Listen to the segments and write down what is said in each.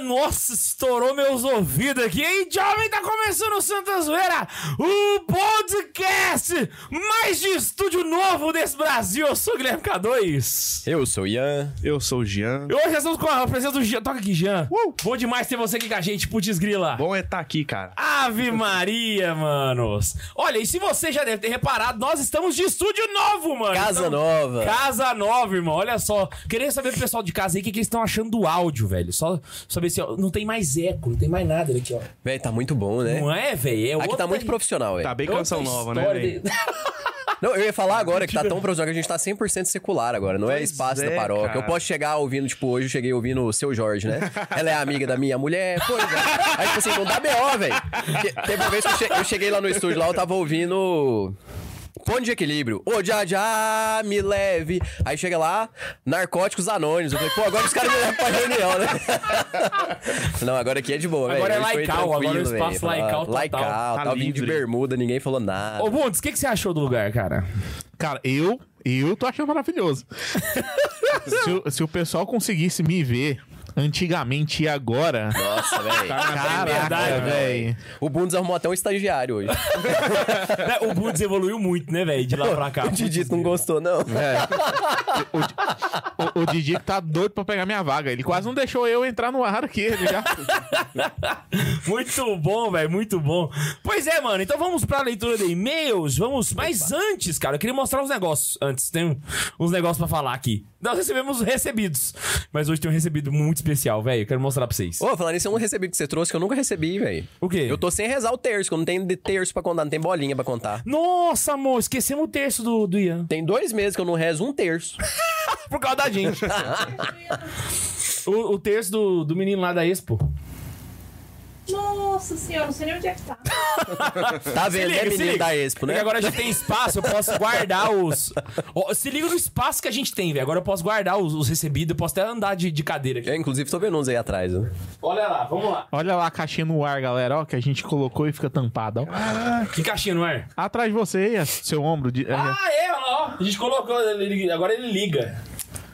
Nossa, estourou meus ouvidos aqui. Ei, jovem, tá começando o Santa Zoeira, o podcast mais de estúdio novo desse Brasil. Eu sou o Guilherme K2. Eu sou o Ian. Eu sou o Jean. E hoje estamos com a presença do Jean. Toca aqui, Jean. Uh! Bom demais ter você aqui com a gente, putz grila. Bom é tá aqui, cara. Ave Maria, manos. Olha, e se você já deve ter reparado, nós estamos de estúdio novo, mano. Casa Estamos- nova. Casa nova, irmão. Olha só. Queria saber pro pessoal de casa aí o que, que eles estão achando do áudio, velho. Só saber se ó, não tem mais eco, não tem mais nada aqui, ó. Véi, tá muito bom, né? Não é, velho? É Aqui tá muito profissional, velho. Tá bem canção nova, né? velho? Não, eu ia falar agora que tá tão profissional que a gente tá 100% secular agora, não é Pois espaço é, da paróquia. cara. Eu posso chegar ouvindo, tipo, hoje eu cheguei ouvindo o seu Jorge, né? Ela é amiga da minha mulher, pois é. Aí, tipo assim, não dá B.O., velho. Porque Teve uma vez que eu, che- eu cheguei lá no estúdio, lá eu tava ouvindo. Ponto de equilíbrio. Ô, já, já, me leve. Aí chega lá, narcóticos anônimos. Eu falei, pô, agora os caras me levam pra reunião, né? Não, agora aqui é de boa, velho. Agora é Hoje foi laical, agora é o tranquilo, velho. espaço laical total. Laical, Tá tava vindo de livre. bermuda, ninguém falou nada. Ô, Bundes, o que, que você achou do lugar, cara? Cara, eu, eu tô achando maravilhoso. se, o, se o pessoal conseguisse me ver antigamente e agora. Nossa, velho. Caraca, Ah, é verdade, velho. O Bundes arrumou até um estagiário hoje. Né, o Bundes evoluiu muito, né, velho? De lá pra cá. o Didi não gostou, não. É. O, o Didi que tá doido pra pegar minha vaga. Ele quase não deixou eu entrar no ar aqui. Ele já... Muito bom, velho, muito bom. Pois é, mano, então vamos pra leitura de e-mails. Vamos, mas antes, cara, eu queria mostrar uns negócios. Antes, tem um- uns negócios pra falar aqui. Nós recebemos recebidos, mas hoje tem um recebido muito especial, velho. eu Quero mostrar pra vocês. Ô, falando nisso, eu não recebi o que você trouxe, que eu nunca recebi, velho. O quê? Eu tô sem rezar o terço, que eu não tenho de terço pra contar, não tem bolinha pra contar. Nossa, amor, esquecemos o terço do, do Ian. Tem dois meses que eu não rezo um terço. Por causa da gente. o, o terço do, do menino lá da Expo. Nossa senhora, não sei nem onde é que tá. Tá vendo, né, menino da Expo, né? Porque É agora a gente tem espaço, eu posso guardar os. Ó, se liga no espaço que a gente tem, velho. Agora eu posso guardar os, os recebidos, eu posso até andar de, de cadeira aqui. Eu, É, inclusive, tô vendo uns aí atrás, né? Olha lá, vamos lá. Olha lá a caixinha no ar, galera. Ó, que a gente colocou e fica tampada. ó. Que caixinha, não é? Atrás de você, seu ombro. De... Ah, é, ó. A gente colocou, ele- agora ele liga.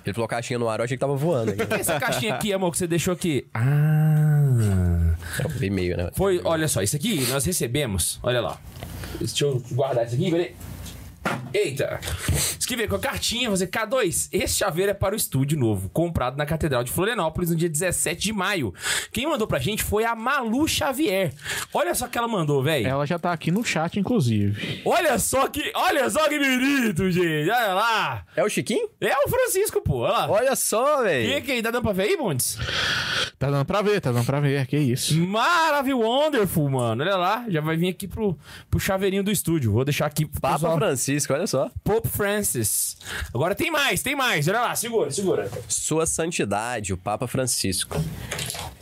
Ele falou caixinha no ar, eu achei que tava voando. aqui. É E essa caixinha aqui, amor, que você deixou aqui? Ah. É um e-mail, né? Foi, olha só, isso aqui nós recebemos. Olha lá. Deixa eu guardar isso aqui, peraí. Eita! Escrever com a cartinha, você K2. Esse chaveiro é para o estúdio novo, comprado na Catedral de Florianópolis no dia 17 de maio. Quem mandou pra gente foi a Malu Xavier. Olha só o que ela mandou, velho. Ela já tá aqui no chat, inclusive. Olha só que. Olha só que bonito, gente. Olha lá. É o Chiquinho? É o Francisco, pô. Olha lá. Olha só, E aí, velho. quem tá dando pra ver aí, Bundes? Tá dando pra ver, tá dando pra ver. Que isso. Maravilhoso, wonderful, mano. Olha lá, já vai vir aqui pro, pro chaveirinho do estúdio. Vou deixar aqui pro Papa pessoal. Francisco, olha só. Pope Francis. Agora tem mais, tem mais. Olha lá, segura, segura. Sua Santidade, o Papa Francisco.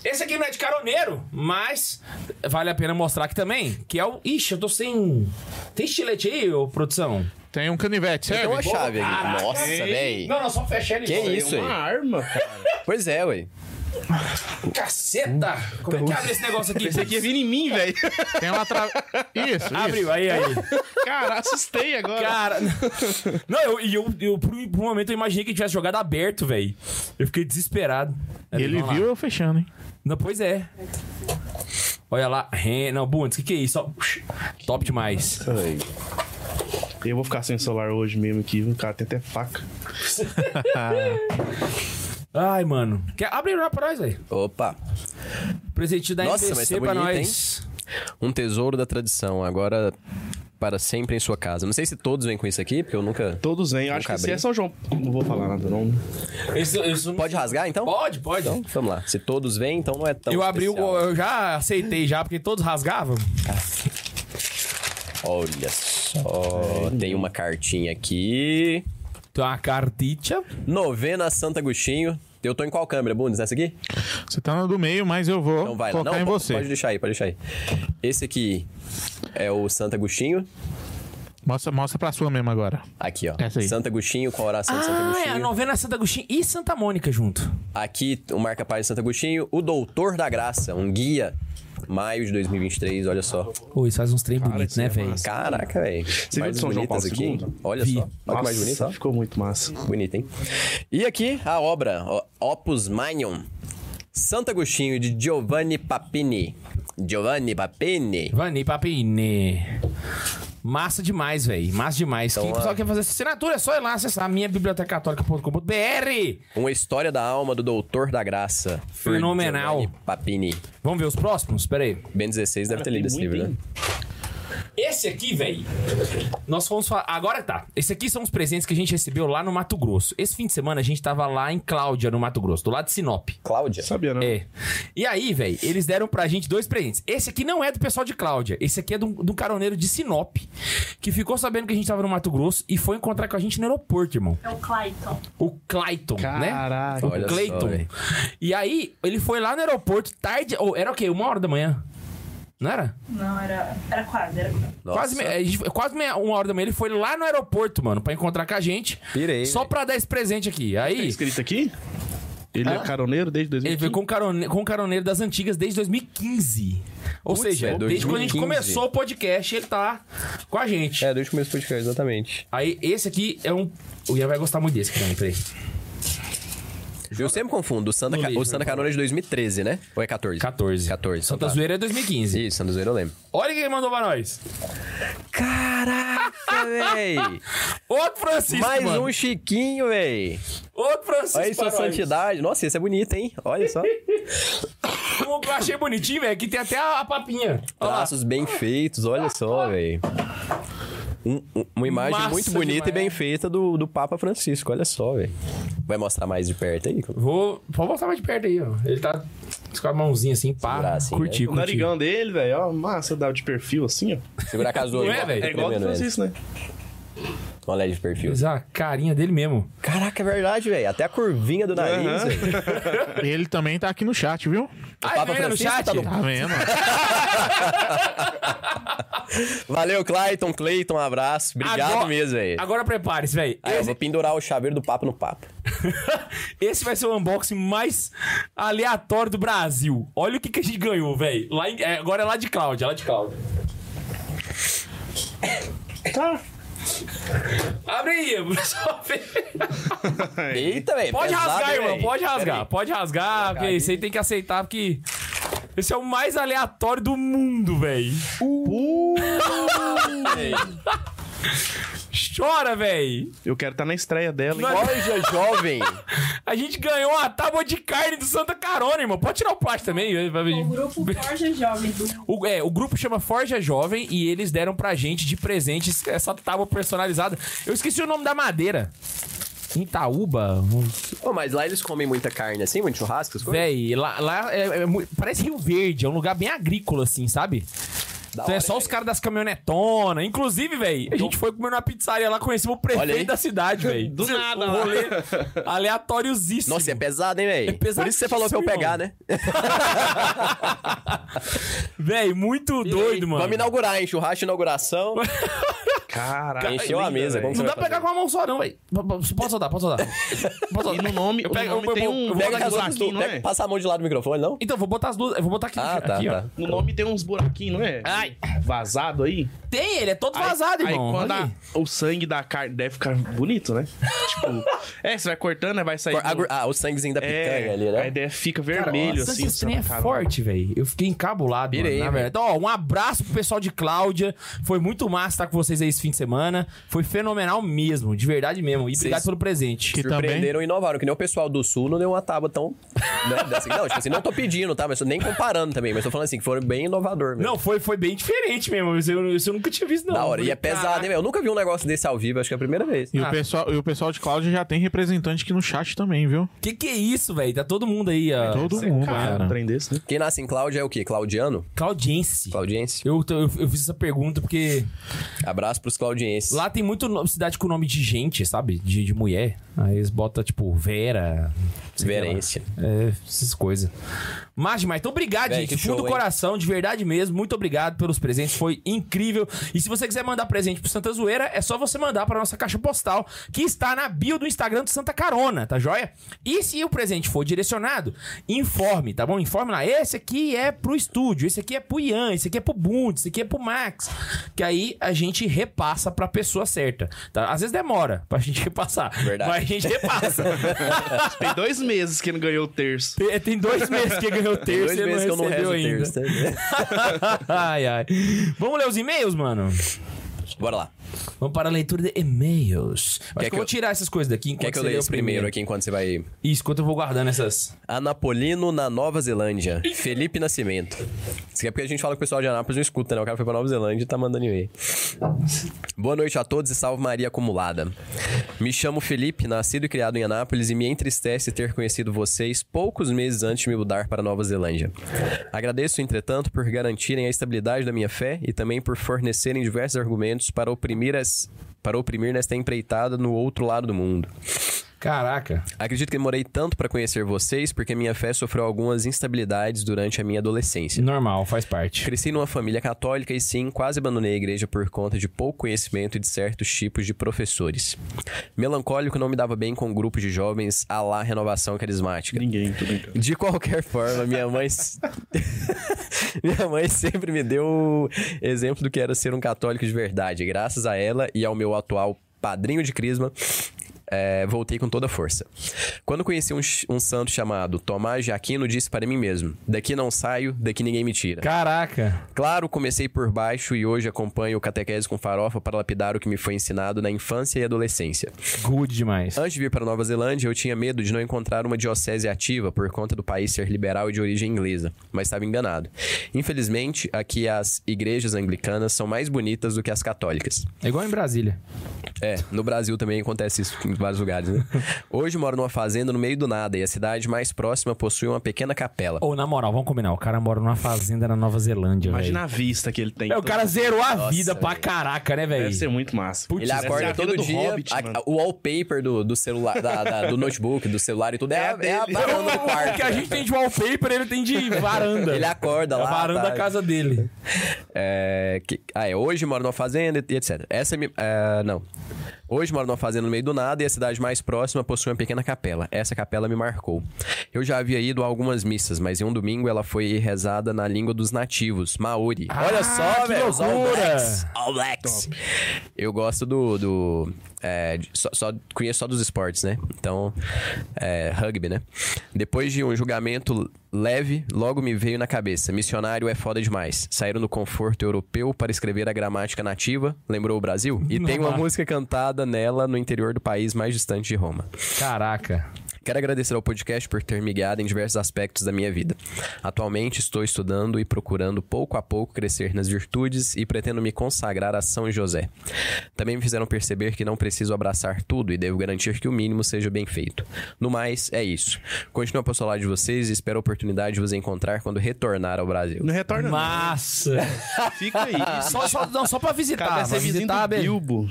Esse aqui não é de caroneiro, mas vale a pena mostrar aqui também, que é o... Ixi, eu tô sem... Tem estilete aí, ô produção? Tem um canivete, Então Tem serve? uma chave Caraca, aqui. Nossa, velho. Não, não, só fecha ele. Que só. isso aí? arma, cara. Pois é, ué. Caceta! Como é que abre esse negócio aqui? Esse aqui vira em mim, velho. é- Tem uma trava. Isso, isso. Abriu, aí, aí. Cara, assustei agora. Cara... Não, eu, e eu, eu por, um, por um momento eu imaginei que ele tivesse jogado aberto, velho. Eu fiquei desesperado. Ele Vamos lá. viu eu fechando, hein? Não, pois é. Olha lá. Ren- Não, Bundes, o que, que é isso? Ó, Top demais. Eu vou ficar sem celular hoje mesmo aqui, viu? Cara, tem até faca. Ai, mano. Quer... Abre lá pra nós, velho. Opa. Presentinho da Nossa, mas NPC tá pra bonito, nós. Um tesouro da tradição, agora para sempre em sua casa. Não sei se todos vêm com isso aqui, porque eu nunca. Todos vêm. Eu acho Nunca que se abri. é São João. Não vou falar nada, não. Isso, isso não- Pode rasgar então? Pode, pode. Então, vamos lá. Se todos vêm, então não é tão. eu abri o. especial. Eu já aceitei já, porque todos rasgavam. Olha só. Tem uma cartinha aqui. Tem uma carticha. Novena Santo Agostinho. Eu tô em qual câmera, Bundes? Nessa aqui? Você tá na do meio, mas eu vou Então vai lá. colocar Não, em pode, você. pode deixar aí, pode deixar aí. Esse aqui é o Santo Agostinho. Mostra, mostra pra sua mesmo agora. Aqui, ó. Essa aí. Santa Agostinho, com a oração de Santo Ah, é a Agostinho. novena Santa Agostinho e Santa Mônica junto. Aqui, o Marca Paz de Santo Agostinho. O Doutor da Graça, um guia. Maio de 2023, olha só. Pô, isso faz uns trem bonitos, isso né, é velho? massa. Caraca, velho. viu Partes de São João bonitas Paulo aqui. II? Olha Vi. só. Olha que mais bonito, ó. Ficou muito massa. Bonito, hein? E aqui a obra, ó, Opus Magnum, Santo Agostinho, de Giovanni Papini. Giovanni Papini. Vani Papini. Massa demais, velho. Massa demais. Quem Então, ó. pessoal quer fazer essa assinatura, é só ir lá acessar minhabibliotecacatólica.com.br. Uma história da alma do Doutor da Graça. por Fenomenal. Giovanni Papini. Vamos ver os próximos? Espera aí. Ben 16 deve ter lido tem esse muito, livro, né? hein? Esse aqui, velho. Nós fomos falar. Agora tá. Esse aqui são os presentes que a gente recebeu lá no Mato Grosso. Esse fim de semana a gente tava lá em Cláudia, no Mato Grosso, do lado de Sinop. Cláudia. Sabia, né? não? É. E aí, velho, eles deram pra gente dois presentes. Esse aqui não é do pessoal de Cláudia. Esse aqui é de um, de um caroneiro de Sinop, que ficou sabendo que a gente tava no Mato Grosso e foi encontrar com a gente no aeroporto, irmão. É o Clayton. O Clayton, Caraca. né? Olha O só, Clayton. velho. e aí, ele foi lá no aeroporto tarde. Ou era o quê? Uma hora da manhã? Não era? Não, era, era quase, era quase. Nossa. Quase, meia- a gente foi- quase meia- uma hora da manhã. Ele foi lá no aeroporto, mano, pra encontrar com a gente. Pirei, Só velho. pra dar esse presente aqui. Aí. Escrito aqui? Ele Ah. é caroneiro desde Ele 2015. veio com o carone- com o caroneiro das antigas desde 2015. Ou seja, velho, é, desde quando a gente 2015. começou o podcast, ele tá com a gente. É, desde o começo do podcast, exatamente. Aí, esse aqui é um. O Ian vai gostar muito desse aqui também, peraí. Eu sempre confundo. O Santa, No Ca- livro, o Santa Canona é de 2013, né? Ou é 14? 14. 14. então Santa tá. Zoeira é 2015. Isso, Santa Zoeira eu lembro. Olha quem mandou pra nós. Caraca, véi! Outro Francisco. Mais mano. um Chiquinho, véi! Outro Francisco. Olha aí sua pra nós. santidade. Nossa, esse é bonito, hein? Olha só. Um que eu achei bonitinho, velho, que tem até a, a papinha. Olha lá. Traços bem feitos, olha só, velho. Um- um- uma imagem Massa muito bonita demais. e bem feita do, do Papa Francisco, olha só, velho. Vai mostrar mais de perto aí? Vou. Pode botar mais de perto aí, ó. Ele tá com a mãozinha assim, Segurar pá. assim, curtir, O curtir. narigão dele, velho, ó, massa, dá de perfil assim, ó. Segurar a casou. Não é, velho? É igual do Francisco, né? Uma LED de perfil. Mas a carinha dele mesmo. Caraca, é verdade, velho. Até a curvinha do nariz, Aham. velho. Ele também tá aqui no chat, viu? Ah, ele Papa veio no Francisco chat? tá no- Tá vendo? Valeu, Clayton, Clayton, um abraço. Obrigado Agora- mesmo, velho. Agora prepare-se, velho. Ah, eu Esse, vou pendurar o chaveiro do papo no papo. esse vai ser o unboxing mais aleatório do Brasil. Olha o que, que a gente ganhou, velho. Lá em- é, Agora é lá de Cláudia, é lá de Cláudia. Tá. Abre aí, eu só ver. Eita, velho. Pode pesado, rasgar, hein, irmão. velho? Pode Pera rasgar. aí. Pode rasgar, porque isso aí tem que aceitar, porque. Esse é o mais aleatório do mundo, velho. Chora, velho. Eu quero estar na estreia dela, hein? Loja jovem. A gente ganhou uma tábua de carne do Santa Carona, irmão. Pode tirar o plástico também. vai- vai- O grupo Forja Jovem do O, é, o grupo chama Forja Jovem e eles deram pra gente de presente es- essa tábua personalizada. Eu esqueci o nome da madeira. Itaúba? um Pô, mas lá eles comem muita carne assim, muito churrasco, essas coisas? Véi, lá, lá é- é mu- parece Rio Verde, é um lugar bem agrícola, assim, sabe? Da Então é hora, só os velho. caras das caminhonetonas. Inclusive, véi, a gente foi comer numa pizzaria lá, conhecemos o Olha aí. prefeito da cidade, véi. Do nada, um rolê aleatóriozíssimo. Nossa, é pesado, hein, velho? É Por isso que você falou pra eu pesadíssimo, pegar, irmão. né? Véi, muito doido, mano. Vamos inaugurar, hein? Churrasco, inauguração. Caraca. Encheu linda, a mesa. velho. Como você Não dá vai pra pegar fazer? com uma mão só, não, véi. P- p- Pode soltar, pode soltar. Pode soltar. E no nome, Eu o pego- nome eu- tem eu- um- eu vou pega dar Pega aqui as do outras buraquinho, duas. não é? Pega- Passa a mão de lado do microfone, não? Então, vou botar as duas. Eu vou botar aqui. Ah, tá, aqui, ó. tá. No nome tem uns buraquinhos, não é? Ai. Vazado aí. Tem, ele é todo vazado, aí, irmão. Aí quando Olha a- aí. o sangue da carne deve ficar bonito, né? tipo, é, você vai cortando, né? vai sair. Cor- do- a gor- Ah, o sanguezinho da picanha é, ali, A né? ideia fica Cara, vermelho, nossa, assim. esse trem é sabe, cara? forte, velho. Eu fiquei encabulado, Pirei, mano, na velho. verdade. Então, ó, um abraço pro pessoal de Cláudia. Foi muito massa estar com vocês aí esse fim de semana. Foi fenomenal mesmo, de verdade mesmo. E obrigado pelo presente. Que também. Surpreenderam e inovaram, que nem o pessoal do Sul não deu uma tábua tão. né, dessa- Não, tipo assim, não tô pedindo, tá? Mas tô nem comparando também, mas tô falando assim, que foram bem inovador mesmo. Não, foi, foi bem diferente mesmo. Isso eu, isso eu nunca tinha visto, não. da hora. E é Falei, pesado, hein, "Caraca, velho? Eu nunca vi um negócio desse ao vivo, acho que é a primeira vez. E o, pessoal, e o pessoal de Cláudia já tem representante aqui no chat também, viu? Que que é isso, velho? Tá todo mundo aí, ó. Todo Você- mundo, cara, cara. um trem desse, né? Quem nasce em Cláudia é o quê? Claudiano? Claudiense. Claudiense? Eu, tô- eu, eu fiz essa pergunta porque Abraço pros claudienses. lá tem muito no- cidade com nome de gente, sabe? De, de mulher. Aí eles botam, tipo, Vera, sei lá. Reverência. É, essas coisas. Mas demais. Então, obrigado, Véi, gente. que Do fundo show, do hein? coração, de verdade mesmo. Muito obrigado pelos presentes. Foi incrível. E se você quiser mandar presente pro Santa Zoeira, é só você mandar pra nossa caixa postal, que está na bio do Instagram do Santa Carona, tá joia? E se o presente for direcionado, informe, tá bom? Informe lá. Esse aqui é pro estúdio, esse aqui é pro Ian, esse aqui é pro Bund, esse aqui é pro Max. Que aí a gente repassa pra pessoa certa. tá? Às vezes demora pra gente repassar. Verdade. Mas a gente repassa. Tem dois meses que não ganhou o terço. É, Tem dois meses que ganhou o Tem terço e não recebeu ainda. terço, tá? ai, ai. Vamos ler os e-mails, mano? Bora lá. Vamos para a leitura de e-mails. Acho que, que eu vou eu- tirar essas coisas daqui enquanto Quer que eu você leia lê o esse primeiro aqui enquanto você vai. Isso, enquanto eu vou guardando essas... Anapolino na Nova Zelândia. Felipe Nascimento. Isso aqui é porque a gente fala que o pessoal de Anápolis não escuta, né? O cara foi pra Nova Zelândia e tá mandando e-mail. Boa noite a todos e salve Maria acumulada. Me chamo Felipe, nascido e criado em Anápolis e me entristece ter conhecido vocês poucos meses antes de me mudar para Nova Zelândia. Agradeço, entretanto, por garantirem a estabilidade da minha fé e também por fornecerem diversos argumentos para oprimir as para oprimir nesta empreitada no outro lado do mundo. Caraca. Acredito que demorei tanto para conhecer vocês porque minha fé sofreu algumas instabilidades durante a minha adolescência. Normal, faz parte. Cresci numa família católica e sim, quase abandonei a igreja por conta de pouco conhecimento de certos tipos de professores. Melancólico não me dava bem com grupos de jovens à lá renovação carismática. Ninguém, tô brincando. De qualquer forma, minha mãe. minha mãe sempre me deu exemplo do que era ser um católico de verdade. Graças a ela e ao meu atual padrinho de Crisma. é, voltei com toda a força. Quando conheci um, ch- um santo chamado Tomás de Aquino, disse para mim mesmo: Daqui não saio, daqui ninguém me tira. Caraca. Claro, comecei por baixo e hoje acompanho o Catequese com Farofa para lapidar o que me foi ensinado na infância e adolescência. Good demais. Antes de vir para Nova Zelândia, eu tinha medo de não encontrar uma diocese ativa por conta do país ser liberal e de origem inglesa, mas estava enganado. Infelizmente, aqui as igrejas anglicanas são mais bonitas do que as católicas. É igual em Brasília. É, no Brasil também acontece isso em vários lugares, né? Hoje moro numa fazenda no meio do nada e a cidade mais próxima possui uma pequena capela. Ou, na moral, vamos combinar. O cara mora numa fazenda na Nova Zelândia, Imagina velho. a vista que ele tem. É, o cara zerou a vida pra velho. caraca, né, velho? Deve ser muito massa. Putz, Ele Deve ser é a acorda vida todo do dia, Hobbit, a- mano. o wallpaper do, do celular, da- da- do notebook, do celular e tudo é, a- é a dele. varanda do O quarto. né? que né? a gente tem de wallpaper, ele tem de varanda. Ele acorda É a lá, varanda tá? da casa dele. É, que, ah, é, hoje moro numa fazenda e etc. Essa é minha. é, não. Hoje moro numa fazenda no meio do nada e a cidade mais próxima possui uma pequena capela. Essa capela me marcou. Eu já havia ido a algumas missas, mas em um domingo ela foi rezada na língua dos nativos, Maori. Olha só, Ah, que velho. os All loucura! Blacks. All Blacks. Eu gosto do. do é, de- só, só- conheço só dos esportes, né? Então, é, rugby, né? Depois de um julgamento leve, logo me veio na cabeça: missionário é foda demais. Saíram do conforto europeu para escrever a gramática nativa, lembrou o Brasil? E tem uma Nossa. música cantada nela no interior do país mais distante de Roma. Caraca. Quero agradecer ao podcast por ter me guiado em diversos aspectos da minha vida. Atualmente estou estudando e procurando pouco a pouco crescer nas virtudes e pretendo me consagrar a São José. Também me fizeram perceber que não preciso abraçar tudo e devo garantir que o mínimo seja bem feito. No mais, é isso. Continuo a postular de vocês e espero a oportunidade de vos encontrar quando retornar ao Brasil. Não retorna, Massa. não. Fica aí. tá, só, só, não, só pra visitar. Cabe pra essa visita do visitar, beleza. Bilbo.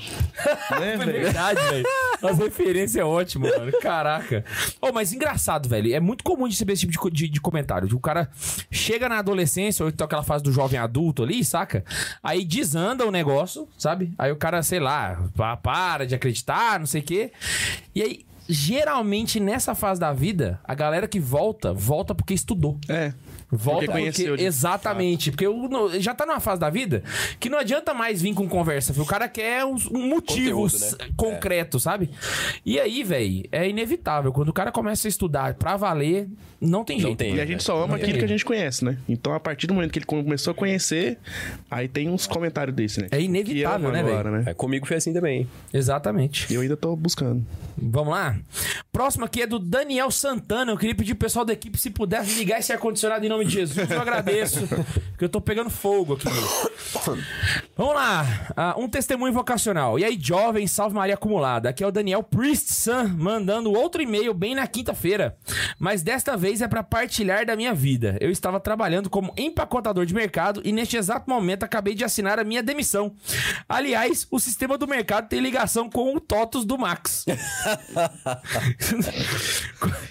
né, É velho? verdade, velho. As referências é ótimo, mano. Caraca. Oh, mas engraçado, velho. É muito comum de receber esse tipo de, co- de, de comentário. O cara chega na adolescência, ou então aquela fase do jovem adulto ali, saca? Aí desanda o negócio, sabe? Aí o cara, sei lá, pa- para de acreditar, não sei o quê. E aí, geralmente, nessa fase da vida, a galera que volta, volta porque estudou. É. Volta porque, conheceu de exatamente, porque eu não- já tá numa fase da vida que não adianta mais vir com conversa, viu? o cara quer uns- um, motivo Conteúdo, né? s- concreto, sabe? E aí, velho, é inevitável quando o cara começa a estudar pra valer, não tem jeito. tem. E a gente só ama aquilo que a gente conhece, né? Então, a partir do momento que ele começou a conhecer, aí tem uns comentários desse, né? É inevitável, Que né, ama velho? agora, né? É, comigo foi assim também. Exatamente. E eu ainda tô buscando. Vamos lá? Próximo aqui é do Daniel Santana. Eu queria pedir pro pessoal da equipe se pudesse ligar esse ar-condicionado em nome de Jesus. Eu agradeço, porque eu tô pegando fogo aqui. Vamos lá. Ah, um testemunho vocacional. E aí, jovem, salve Maria acumulada. Aqui é o Daniel Priest San, mandando outro e-mail bem na quinta-feira. Mas desta vez é pra partilhar da minha vida. Eu estava trabalhando como empacotador de mercado e neste exato momento acabei de assinar a minha demissão. Aliás, o sistema do mercado tem ligação com o TOTUS do Max.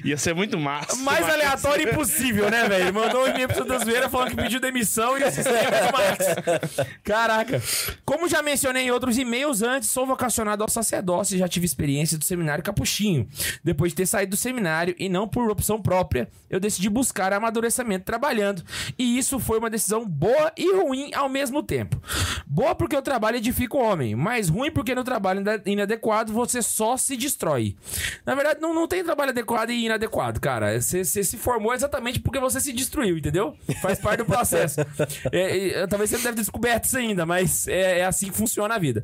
Ia ser muito massa. Mais aleatório impossível, né, velho? Mandou um e-mail pro Santa Zoeira falando que pediu demissão e assistência do Max. Caraca. Como já mencionei em outros e-mails antes, sou vocacionado ao sacerdócio e já tive experiência do seminário capuchinho. Depois de ter saído do seminário e não por opção própria, eu decidi buscar amadurecimento trabalhando. E isso foi uma decisão boa e ruim ao mesmo tempo. Boa porque o trabalho edifica o homem, mas ruim porque no trabalho ina- inadequado você só se destrói. Na verdade, não, não tem trabalho adequado e inadequado, cara. Você você se formou exatamente porque você se destruiu, entendeu? Faz parte do processo. É, é, talvez você não deve ter descoberto isso ainda, mas é- é assim que funciona a vida.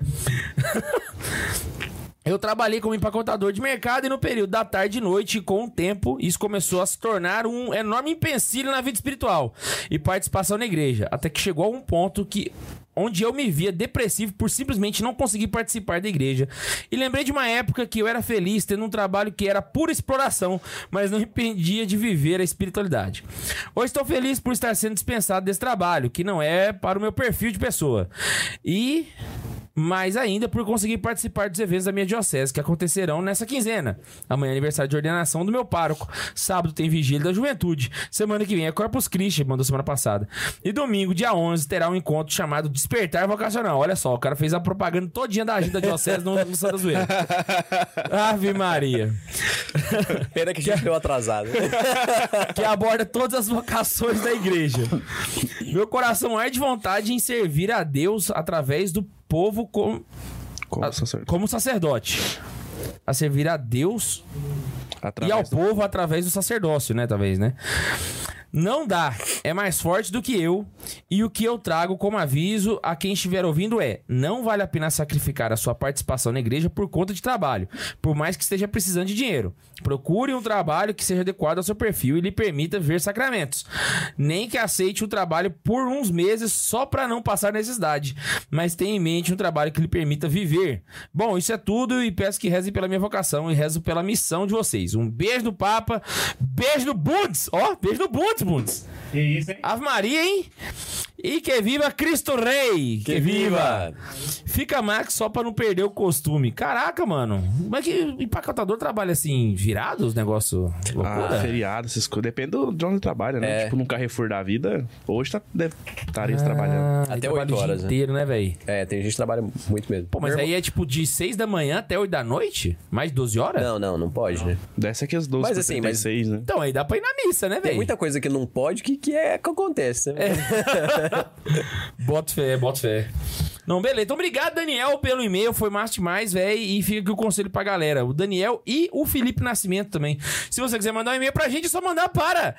Eu trabalhei como empacotador de mercado e no período da tarde e noite, com o tempo, isso começou a se tornar um enorme empecilho na vida espiritual e participação na igreja, até que chegou a um ponto que onde eu me via depressivo por simplesmente não conseguir participar da igreja. E lembrei de uma época que eu era feliz tendo um trabalho que era pura exploração, mas não impedia de viver a espiritualidade. Hoje estou feliz por estar sendo dispensado desse trabalho, que não é para o meu perfil de pessoa. E mas ainda por conseguir participar dos eventos da minha diocese que acontecerão nessa quinzena. Amanhã é aniversário de ordenação do meu pároco. Sábado tem vigília da juventude. Semana que vem é Corpus Christi, mandou semana passada. E domingo, dia 11, terá um encontro chamado Despertar Vocacional. Olha só, o cara fez a propaganda todinha da agenda diocese no, no Santa Zoeira. Ave Maria. Pena que a gente deu atrasado. que aborda todas as vocações da igreja. Meu coração arde de vontade em servir a Deus através do povo com... Como sacerdote. como sacerdote. A servir a Deus e ao Através do- povo através do sacerdócio, né? Talvez, né? Não dá. É mais forte do que eu. E o que eu trago como aviso a quem estiver ouvindo é: não vale a pena sacrificar a sua participação na igreja por conta de trabalho, por mais que esteja precisando de dinheiro. Procure um trabalho que seja adequado ao seu perfil e lhe permita ver sacramentos. Nem que aceite o trabalho por uns meses só para não passar necessidade, mas tenha em mente um trabalho que lhe permita viver. Bom, isso é tudo e peço que rezem pela minha vocação e rezo pela missão de vocês. Um beijo do Papa, beijo do Bundes, ó, beijo do Bundes, Bundes. Que isso, hein? Ave Maria, hein? E que viva Cristo Rei! Que viva! Fica Max só pra não perder o costume. Caraca, mano. Mas que empacotador trabalha assim, virado os negócios? Ah, Loucura? feriado, essas coisas. Depende do- de onde trabalha, né? É. Tipo, num Carrefour da vida, hoje tá, deve estaria Ah. trabalhando. ele Até trabalha oito o dia horas, né? inteiro, né, velho? É, tem gente que trabalha muito mesmo. Pô, mas Meu aí é tipo de 6 da manhã até 8 da noite? Mais 12 horas? irmão- Não, não, não pode, né? Desce aqui as 12 Mas por assim, mas- 36, né? Então aí dá pra ir na missa, né, Tem velho? muita coisa que não pode que, que é que acontece, né? Bota fé, bota fé. Não, beleza. Então, obrigado, Daniel, pelo e-mail. Foi massa demais, velho. E fica aqui o conselho pra galera. O Daniel e o Felipe Nascimento também. Se você quiser mandar um e-mail pra gente, é só mandar para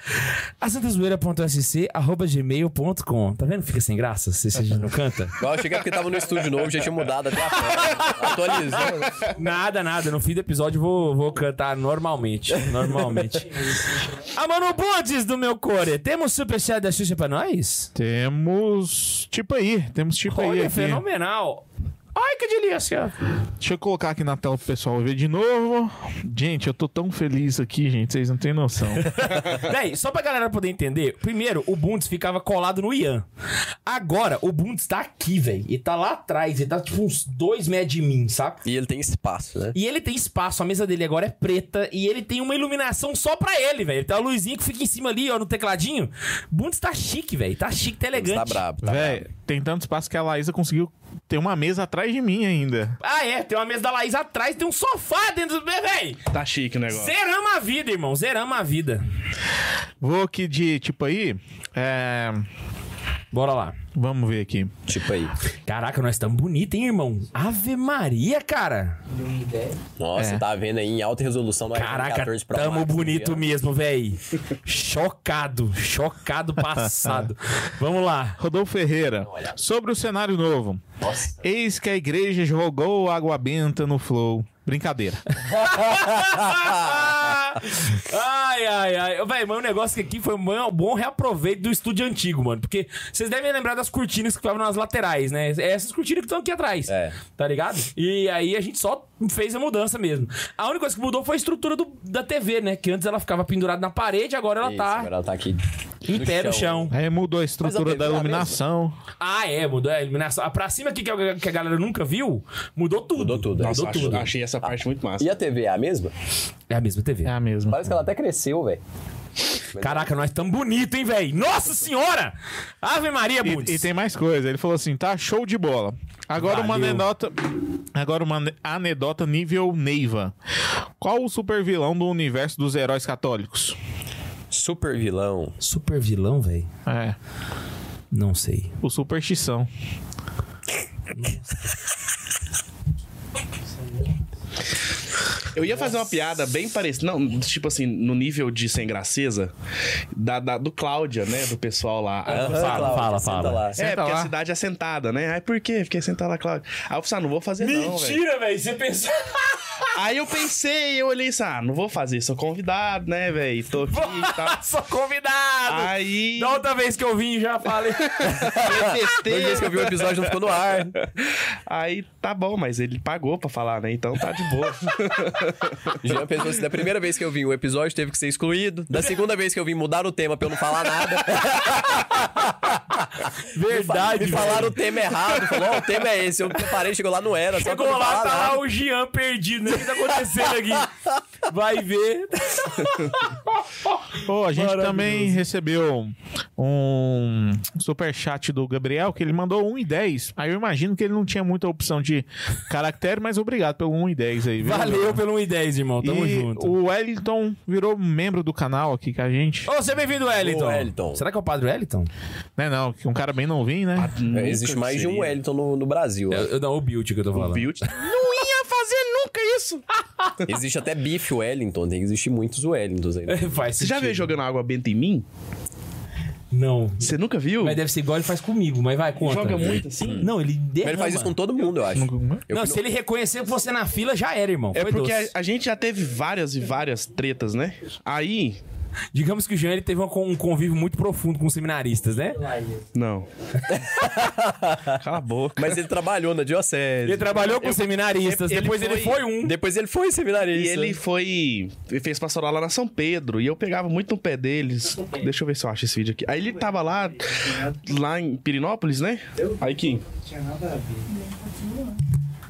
asantazoeira.sc.gmail.com. Tá vendo? Fica sem graça se a gente não canta. Igual eu cheguei porque tava no estúdio novo, já tinha mudado até a foto. Atualizou. Nada, nada. No fim do episódio eu vou, vou cantar normalmente. Normalmente. a Manu Bundes do meu core. Temos superchat da Xuxa pra nós? Temos tipo aí, temos tipo aí Olha, aqui. fenomenal. Ai, que delícia. Deixa eu colocar aqui na tela pro pessoal ver de novo. Gente, eu tô tão feliz aqui, gente, vocês não têm noção. Véi, só pra galera poder entender, primeiro, o Bundes ficava colado no Ian. Agora, o Bundes tá aqui, velho. E tá lá atrás, ele tá tipo uns dois metros de mim, saca? E ele tem espaço, né? E ele tem espaço, a mesa dele agora é preta e ele tem uma iluminação só pra ele, velho. Tem uma luzinha que fica em cima ali, ó, no tecladinho. Bundes tá chique, velho. Tá chique, tá elegante. Tá brabo, tá brabo. Véi, tem tanto espaço que a Laísa conseguiu ter uma mesa atrás de mim ainda. Ah, é, tem uma mesa da Laís atrás, tem um sofá dentro do. Véi, Tá chique o negócio. zeramos a vida, irmão, zeramos a vida. Vou aqui de tipo aí. É. Bora lá. Vamos ver aqui. Tipo aí. Caraca, nós estamos bonitos, hein, irmão? Ave Maria, cara. Nossa, tá vendo aí em alta resolução no iPhone Caraca, 14 Pro tamo Max, bonito né? mesmo, véi. chocado, chocado passado. Vamos lá. Rodolfo Ferreira, sobre o cenário novo. Tá. Eis que a igreja jogou água benta no flow. Brincadeira. ai, ai, ai. Ô, Véi, mas o negócio que aqui foi um bom reaproveito do estúdio antigo, mano. Porque vocês devem lembrar das cortinas que estavam nas laterais, né? É essas cortinas que estão aqui atrás. É. Tá ligado? E aí a gente só fez a mudança mesmo. A única coisa que mudou foi a estrutura do- da TV, né? Que antes ela ficava pendurada na parede, agora ela Isso, tá agora ela tá aqui. Em pé no chão. Aí mudou a estrutura Mas a TV da era a iluminação. Ah, é, mudou a iluminação. Ah, Pra cima aqui que a que a galera nunca viu, mudou tudo. Mudou tudo, Mudou Nossa, acho- tudo. achei essa parte muito massa. E a TV é a mesma? É a mesma TV. É a mesma. Parece que ela até cresceu, velho. Caraca, nós tamo bonito, hein, velho? Nossa senhora! Ave Maria, Bundes. E, e tem mais coisa. Ele falou assim, tá show de bola. Agora uma Valeu. anedota. Agora uma ane- anedota nível Neiva. Qual o supervilão do universo dos heróis católicos? Super vilão. Super vilão, velho? É, Não sei. o superstição. Eu ia fazer uma piada bem parecida. Não, tipo assim, no nível de sem graceza, da, da- do Cláudia, né? Do pessoal lá. Aí eu falei, Fala, Cláudia, fala, senta fala. lá. É, Senta porque lá. a cidade é sentada, né? Aí por quê? Fiquei sentada lá, Cláudia. Aí eu pensei, ah, não vou fazer não, velho. velho. Você pensou. Aí eu pensei, eu olhei e disse, ah, não vou fazer, sou convidado, né, velho? Tô aqui e tal. Sou convidado! Aí Da outra vez que eu vim, já falei. eu Dois testei. dias que eu vi o episódio não ficou no ar. Aí tá bom, mas ele pagou pra falar, né? Então tá de boa. Jean pensou assim, da primeira vez que eu vim, o episódio teve que ser excluído. Da segunda vez que eu vim, mudaram o tema pra eu não falar nada. Verdade, Me falaram o tema errado. Falou, ó, o tema é esse. Eu preparei, chegou lá, não era. Só que eu Chegou não lá, falava tá lá nada. o Jean perdido. Né? O que tá acontecendo aqui? Vai ver. Pô, a gente Maravilhoso. também recebeu um superchat do Gabriel, que ele mandou 1 e 10. Aí eu imagino que ele não tinha muita opção de caractere, mas obrigado pelo 1 e 10 aí, viu? Valeu pelo 1,10, irmão. Tamo e junto. O Wellington virou membro do canal aqui com a gente. Ô, seja bem-vindo, Wellington. Ô, Wellington. Será que é o padre Wellington? Né, não, que um cara bem novinho, né? É, Existe Nunca mais de um seria. Wellington no, no Brasil. Eu, eu, não, o Beauty que eu tô falando. Built. Não ia fazer nunca isso. Ah, Existe até bife Wellington. Tem que existir muitos Wellingtons ainda. Faz Você já sentido. veio jogando água benta em mim? Não. Você nunca viu? Mas deve ser igual ele faz comigo, mas vai, conta. Joga muito assim? Não, ele Mas derrama. ele faz isso com todo mundo, eu acho. Eu Não, que se ele reconhecer você na fila, já era, irmão. É Foi porque doce. a, a gente já teve várias e várias tretas, né? Aí. Digamos que o Jean ele teve uma con- um convívio muito profundo com os seminaristas, né? Não. Cala a boca. Mas ele trabalhou na diocese. Ele trabalhou com seminaristas, ele depois ele foi- foi um. Depois ele foi E seminarista. né? ele foi. Ele fez pastoral lá na São Pedro. E eu pegava muito no pé deles. Deixa eu ver se eu acho esse vídeo aqui. Aí ele tava lá. Lá em Pirinópolis, né? Aí que.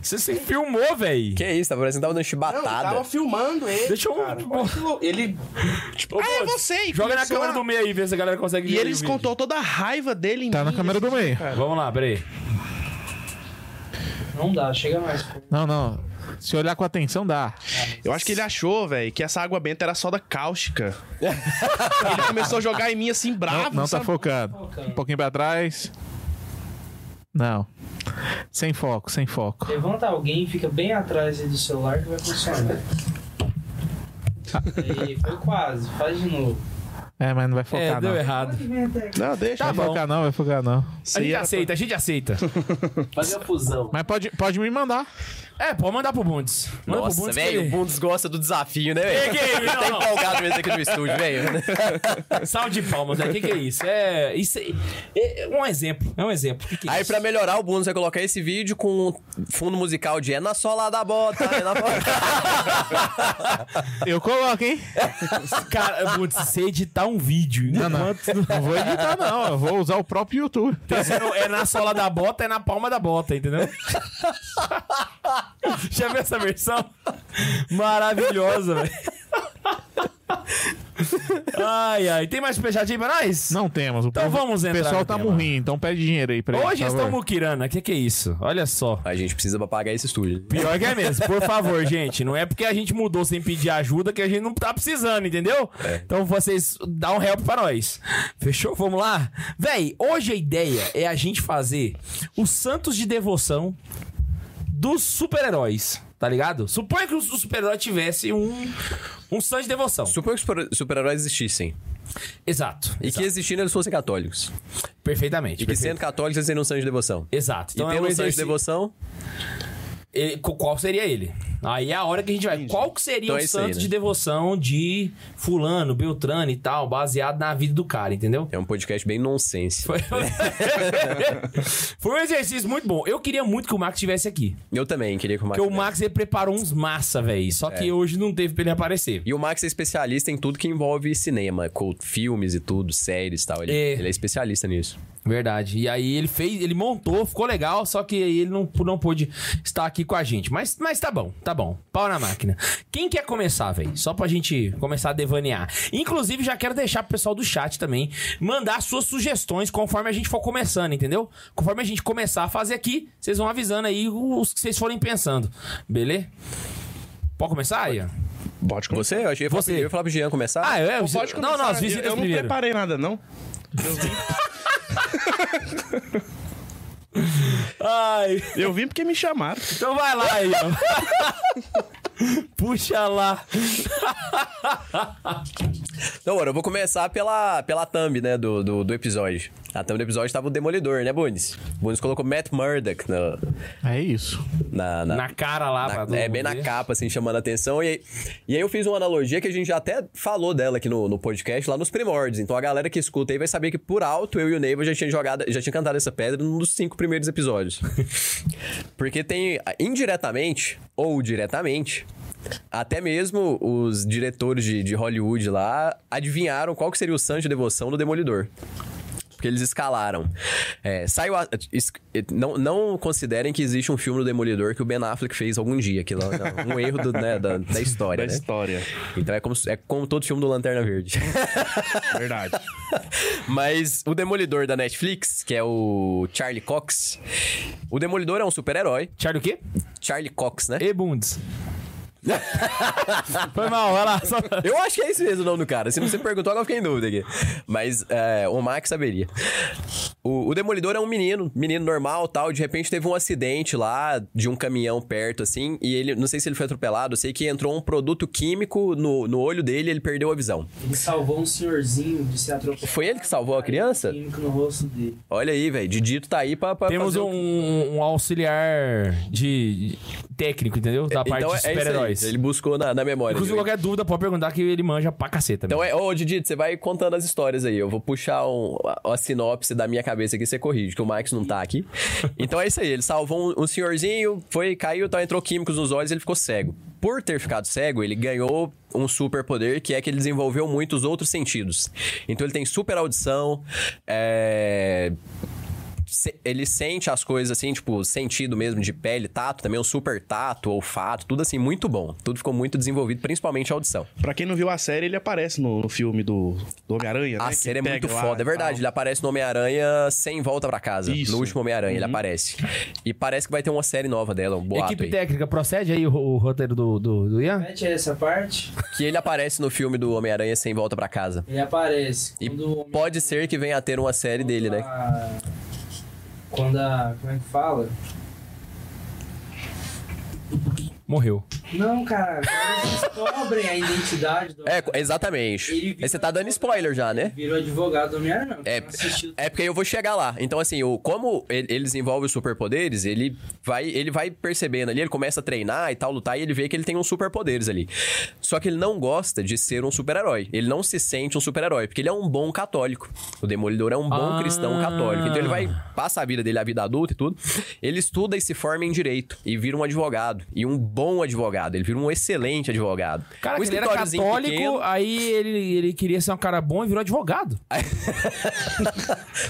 Você se filmou, velho. Que isso, tá parecendo que tava dando Não, eu chibatada. tava filmando ele. Deixa eu- cara. Olha que lou- Ele. Ô, Ah, é Botes, você! que Joga na começou câmera lá. do meio aí, vê se a galera consegue E ver eles o vídeo. contou toda a raiva dele em Tá na mim. câmera do meio. Vamos lá, peraí. Não dá, chega mais. pô. Não, não. Se olhar com atenção, dá. Eu acho que ele achou, velho, que essa água benta era soda cáustica. ele começou a jogar em mim assim, bravo. não tá sabe? focado. Um pouquinho pra trás. Não. Sem foco, sem foco. Levanta alguém, fica bem atrás aí do celular que vai funcionar. Aí, foi quase, faz de novo. É, mas não vai É, focar, deu não. errado. Não, deixa. Tá Vai bom. focar não, vai focar não. A gente era aceita, a gente aceita. Fazer a fusão. Mas pode, pode me mandar. é, pode mandar pro Bundes. Manda é pro Nossa, Bundes. velho, o que... Bundes gosta do desafio, né, velho? Que que é isso? Tá Não, empolgado mesmo aqui no estúdio, velho. não. Salve de palmas, né? O que, que é isso? É, isso é, é um exemplo. É um exemplo. Que que é Aí, isso? pra melhorar, o Bundes vai colocar esse vídeo com um fundo musical de É na sola da bota, é na Eu coloco, hein? Cara, Bundes, se editar um vídeo. Não, não. Não vou editar, não. Eu vou usar o próprio YouTube. Então, se não- é na sola da bota, é na palma da bota, entendeu? Já viu essa versão? Maravilhosa, velho. Ai, ai. Tem mais superchat aí pra nós? Não temos. O Então povo- vamos O entrar pessoal no tá tema. morrendo, então pede dinheiro aí pra ele. Hoje por estão favor. muquirana. Que que é isso? Olha só. A gente precisa pra pagar esse estúdio. Pior que é mesmo. Por favor, gente. Não é porque a gente mudou sem pedir ajuda que a gente não tá precisando, entendeu? É. Então vocês dão um help pra nós. Fechou? Vamos lá? Véi, hoje a ideia é a gente fazer os santos de devoção dos super-heróis. Tá ligado? Suponha que o super-herói tivesse um, um santo de devoção. Suponho que os super- super-heróis existissem. Exato. E que existindo eles fossem católicos. Perfeitamente. E que perfeito. sendo católicos eles seriam santos de devoção. Exato. e é tendo um santos de exercício- devoção, ele- co- qual seria ele? Aí é a hora que a gente vai. Qual que seria Então o é isso aí, santo né? de devoção de fulano, Beltrano e tal, baseado na vida do cara, entendeu? É um podcast bem nonsense. Foi... Foi um exercício muito bom. Eu queria muito que o Max estivesse aqui. Eu também queria que é. o Max. Porque o Max ele preparou uns massa, velho. Só que hoje não teve pra ele aparecer. E o Max é especialista em tudo que envolve cinema, com filmes e tudo, séries e tal. Ele É. ele é especialista nisso. Verdade. E aí ele fez, ele montou, ficou legal, só que aí ele não, não pôde estar aqui com a gente. Mas, mas tá bom, tá bom. Pau na máquina. Quem quer começar, velho? Só pra gente começar a devanear. Inclusive, já quero deixar pro pessoal do chat também mandar suas sugestões conforme a gente for começando, entendeu? Conforme a gente começar a fazer aqui, vocês vão avisando aí os que vocês forem pensando. Beleza? Pode começar, Ian? Pode começar. Você? Eu achei que Você. eu ia falar pro Jean começar. Ah, eu, eu, Pode Não, começar. não, as eu visitas eu não primeiro. preparei nada, não. Ai. Eu vim porque me chamaram. Então vai lá aí. Puxa lá. Então, bora, eu vou começar pela, pela thumb, né, do, do, do episódio. A thumb do episódio tava o Demolidor, né, Bunis? O Bunis colocou Matt Murdock na... É isso. na, na- Na cara lá. Tá. na- pra todo é, mundo bem na ver. capa, assim, chamando a atenção. E aí, e aí eu fiz uma analogia que a gente já até falou dela aqui no, no podcast, lá nos primórdios. Então a galera que escuta aí vai saber que por alto eu e o Neiva já tinha jogado, já tinha cantado essa pedra num dos cinco primeiros episódios. Porque tem, indiretamente, ou diretamente, até mesmo os diretores de, de Hollywood lá adivinharam qual que seria o santo de devoção do Demolidor. Porque eles escalaram. É, saiu a- es- não, não considerem que existe um filme do Demolidor que o Ben Affleck fez algum dia. Que não, não, um erro do- né, da, da história, Da né? história. Então é como, se- é como todo filme do Lanterna Verde. Verdade. Mas o Demolidor da Netflix, que é o Charlie Cox... O Demolidor é um super-herói. Charlie o quê? Charlie Cox, né? E bundes. Foi mal, vai lá. Só... Eu acho que é isso mesmo o nome do cara. Se não você perguntou, agora eu fiquei em dúvida aqui. Mas é, o Max saberia. O, o Demolidor é um menino, menino normal tal. De repente teve um acidente lá de um caminhão perto, assim. E ele, não sei se ele foi atropelado, eu sei que entrou um produto químico no, no olho dele e ele perdeu a visão. Ele salvou um senhorzinho de ser atropelado. Foi ele que salvou a criança? Químico no rosto dele. Olha aí, velho. Didito tá aí pra. pra Temos fazer o- um, um auxiliar de técnico, entendeu? Da parte de Então é- é isso aí. super-heróis. Ele buscou na, na memória. Inclusive, dele. qualquer dúvida pode perguntar que ele manja pra caceta. Então mesmo. é, ô Didito, você vai contando as histórias aí. Eu vou puxar um- a, a sinopse da minha cabeça aqui, você corrige, que o Max não tá aqui. Então é isso aí, ele salvou um, um senhorzinho, foi, caiu, tal, entrou químicos nos olhos ele ficou cego. Por ter ficado cego, ele ganhou um super poder que é que ele desenvolveu muitos outros sentidos. Então ele tem super audição, é, se- ele sente as coisas assim, tipo, sentido mesmo de pele, tato, também um super tato, olfato, tudo assim, muito bom. Tudo ficou muito desenvolvido, principalmente a audição. Pra quem não viu a série, ele aparece no, no filme do, do Homem-Aranha, né? A Que série é pega muito lá foda, é e verdade. Ele tal. aparece no Homem-Aranha sem volta pra casa. Isso. Uhum. No último Homem-Aranha, ele aparece. E parece que vai ter uma série nova dela, um boato Equipe aí. técnica, procede aí o, o roteiro do, do, do Ian? Mete aí essa parte, Que ele aparece no filme do Homem-Aranha sem volta pra casa. ele aparece. E Quando o homem- pode ser que venha a ter uma série dele, né? a- Quando a. Como é que fala? Morreu. Não, cara, agora eles descobrem a identidade do É, co- exatamente. Aí Você tá um dando spoiler já, né? Virou advogado do Homem-Aranha, não. É, Não assistiu. é porque eu vou chegar lá. Então, assim, o, como ele, ele desenvolve os superpoderes, ele vai, ele vai percebendo ali, ele começa a treinar e tal, lutar, e ele vê que ele tem uns superpoderes ali. Só que ele não gosta de ser um super-herói. Ele não se sente um super-herói, porque ele é um bom católico. O Demolidor é um bom Ah. cristão católico. Então, ele vai passa a vida dele, a vida adulta e tudo. Ele estuda e se forma em direito, e vira um advogado. E um bom advogado. Ele vira um excelente advogado. Cara, Um ele era escritóriozinho católico, pequeno. aí ele, ele queria ser um cara bom e virou advogado.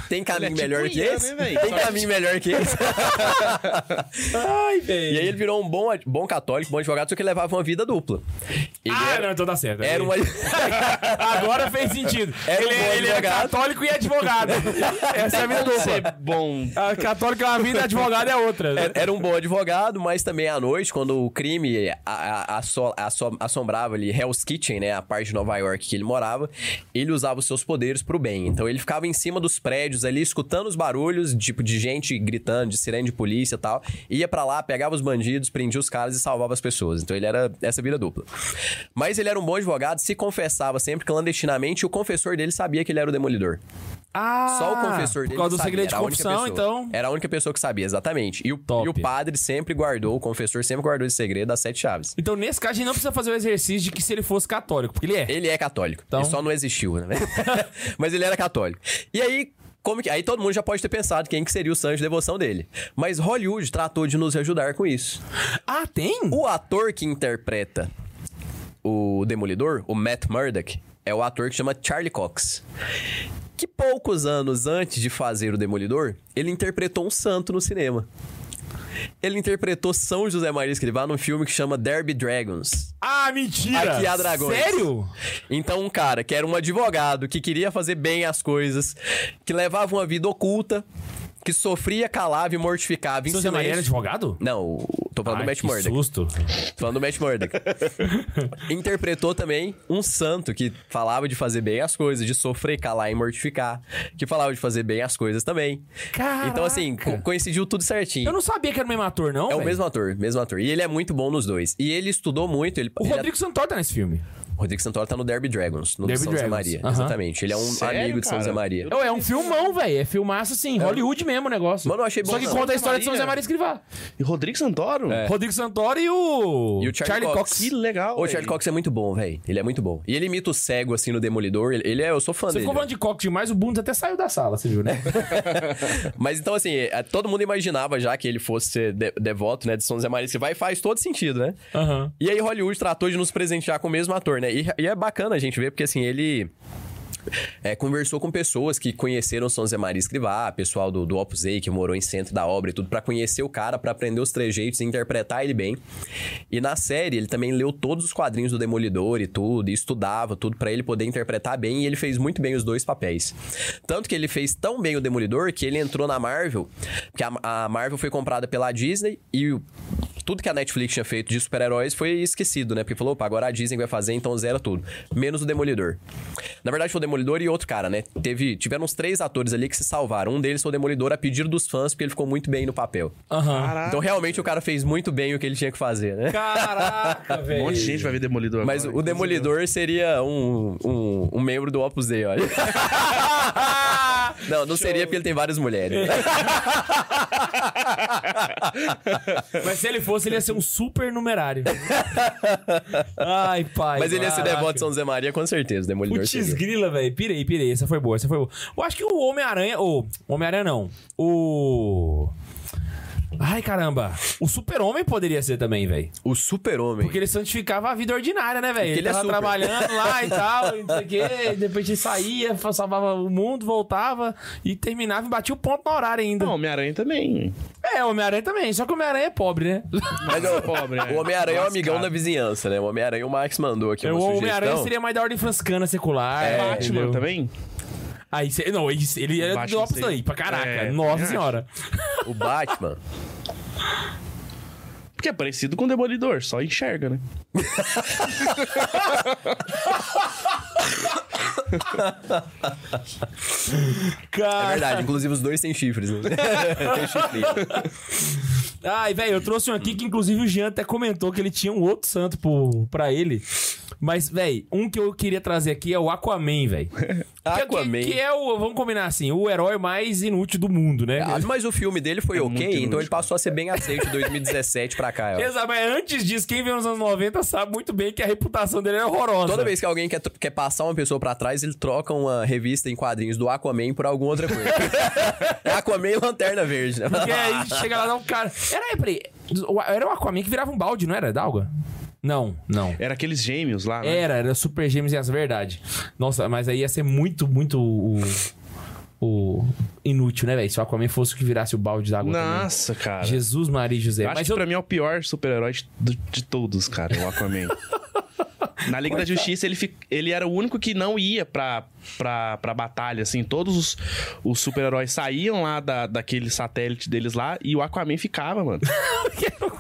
Tem caminho Ele é tipo melhor Ian, que esse? né, velho? Tem caminho melhor que esse? Ai, velho. E aí ele virou um bom, ad- bom católico, bom advogado, só que ele levava uma vida dupla. Ele Ah, era, não, então tá certo. era um ad- Agora fez sentido. Era um ele bom ele é advogado. católico e advogado. Essa é a vida Você dupla. é bom. A católica é uma vida, advogado é outra. era- era um bom advogado, mas também à noite, quando o crime a- a- asso- asso- assombrava ali Hell's Kitchen, né? A parte de Nova York que ele morava, ele usava os seus poderes pro bem. Então ele ficava em cima dos prédios ali, escutando os barulhos, tipo, de gente gritando, de sirene de polícia e tal. Ia pra lá, pegava os bandidos, prendia os caras e salvava as pessoas. Então ele era essa vida dupla. Mas ele era um bom advogado, se confessava sempre clandestinamente, e o confessor dele sabia que ele era o demolidor. Ah, Só o confessor dele Por causa do sabia, segredo de era a única confissão, pessoa. então. Era a única pessoa que sabia, exatamente. E o, Top. e o padre sempre guardou, o confessor sempre guardou esse segredo das sete chaves. Então, nesse caso, a gente não precisa fazer o exercício de que se ele fosse católico, porque ele é. Ele é católico. Então- Ele só não existiu, né? Mas ele era católico. E aí, como que. Aí todo mundo já pode ter pensado quem que seria o santo de devoção dele. Mas Hollywood tratou de nos ajudar com isso. Ah, tem? O ator que interpreta o Demolidor, o Matt Murdock, é o ator que chama Charlie Cox. Que poucos anos antes de fazer o Demolidor, ele interpretou um santo no cinema. Ele interpretou São José Maria Escrivá num filme que chama Derby Dragons. Ah, mentira! Aqui há dragões. Sério? Então, um cara que era um advogado, que queria fazer bem as coisas, que levava uma vida oculta, que sofria, calava e mortificava em Seu Zé Maria era silêncio. advogado? Não, o- tô falando Ai, do Matt que Murdock. susto. Tô falando do Matt Murdock. Interpretou também um santo que falava de fazer bem as coisas, de sofrer, calar e mortificar. Que falava de fazer bem as coisas também. Então, assim, Caraca. co- coincidiu tudo certinho. Eu não sabia que era o mesmo ator, não, É o velho. mesmo ator, mesmo ator. E ele é muito bom nos dois. E ele estudou muito. Ele, O ele- Rodrigo Santoro tá nesse filme. Rodrigo Santoro tá no Derby Dragons, no Derby São José Dragons, Maria. aham. Exatamente. Ele é um Sério, amigo de São cara? José Maria. Ô, é um filmão, velho. É filmaço assim, Hollywood mesmo o negócio. Mano, eu achei bom, Só que não. conta a história de São Maria. José Maria Escrivá. E Rodrigo Santoro? É. Rodrigo Santoro e o. E o Charlie, Cox. Que legal, O velho. Charlie Cox é muito bom, velho. Ele é muito bom. E ele imita o cego, assim, no Demolidor. Ele, ele é... Eu sou fã Você dele. ficou falando de Cox demais, o Bundes até saiu da sala, você viu, né? Mas então, assim, é, todo mundo imaginava já que ele fosse ser de- devoto, né, de São José Maria que vai faz todo sentido, né? Aham. E aí Hollywood tratou de nos presentear com o mesmo ator, né? E, e é bacana a gente ver, porque assim, ele... é, conversou com pessoas que conheceram São Zé Maria Escrivá, pessoal do, do Opus Dei, que morou em centro da obra e tudo, pra conhecer o cara, pra aprender os trejeitos e interpretar ele bem. E na série, ele também leu todos os quadrinhos do Demolidor e tudo, e estudava tudo pra ele poder interpretar bem, e ele fez muito bem os dois papéis. Tanto que ele fez tão bem o Demolidor que ele entrou na Marvel, porque a, a Marvel foi comprada pela Disney e o- tudo que a Netflix tinha feito de super-heróis foi esquecido, né? Porque falou, opa, agora a Disney vai fazer, então zera tudo. Menos o Demolidor. Na verdade, foi o Demolidor e outro cara, né? Teve, tiveram uns três atores ali que se salvaram. Um deles foi o Demolidor a pedido dos fãs, porque ele ficou muito bem no papel. Aham. Caraca. Então, realmente, o cara fez muito bem o que ele tinha que fazer, né? Caraca, Um velho. monte de gente vai ver Demolidor Mas agora, o Demolidor seria um, um, um membro do Opus Dei, olha. não, não seria porque ele tem várias mulheres. Mas se ele fosse, ele ia ser um super numerário. Ai, pai. Mas ele ia ser caraca. devoto de São Zé Maria, com certeza. O Demolidor Putz, seria. grila, velho. Pirei, pirei. Essa foi boa, essa foi boa. Eu acho que o Homem-Aranha. Ou. Homem-Aranha não. O. Ai, caramba. O Super-Homem poderia ser também, velho. O super-homem. Porque ele santificava a vida ordinária, né, velho? Ele, ele é tava super. trabalhando lá e tal, e não sei o quê. e Depois ele saía, fa- salvava o mundo, voltava e terminava e batia o ponto no horário ainda. Não, Homem-Aranha também. É, o Homem-Aranha também. Só que o Homem-Aranha é pobre, né? Mas é pobre, O Homem-Aranha é o amigão da vizinhança, né? O Homem-Aranha, o Max mandou aqui uma o sugestão. Homem-Aranha seria mais da ordem franciscana secular. É, Batman entendeu? também? Aí, cê- não, ele, ele é Batman do Opus seria- daí, pra caraca. É, Nossa também senhora. O Batman. Porque é parecido com o Demolidor, só enxerga, né? É Cara. verdade, inclusive os dois têm chifres, né? Tem chifrinho. Ai, velho, eu trouxe um aqui que inclusive o Jean até comentou que ele tinha um outro santo pro, pra ele. Mas, velho, um que eu queria trazer aqui é o Aquaman, velho. Aquaman. Que, que é o, vamos combinar assim, o herói mais inútil do mundo, né? Ah, Mas o filme dele foi ok, É muito então ele inútil. passou a ser bem aceito de 2017 pra cá. ah. ó. Exato, mas antes disso, quem vê nos anos 90 sabe muito bem que a reputação dele é horrorosa. Toda vez que alguém quer, quer passar uma pessoa pra trás, ele troca uma revista em quadrinhos do Aquaman por alguma outra coisa. É Aquaman e Lanterna Verde, né? Porque é aí chega lá e dá um cara. Era, peraí, o- era o Aquaman que virava um balde, não era, Dalga? Não, não. Era aqueles gêmeos lá, É, né? Era, era Super Gêmeos e as verdade. Nossa, mas aí ia ser muito, muito o. o inútil, né, velho? Se o Aquaman fosse o que virasse o balde d'água. também. Nossa, cara. Jesus, Maria e José. Eu acho Mas que eu, pra mim é o pior super-herói de, de todos, cara, o Aquaman. Na Liga da Justiça, ele, fi- ele era o único que não ia pra, pra, pra batalha, assim. Todos os, os super-heróis saíam lá da, daquele satélite deles lá e o Aquaman ficava, mano.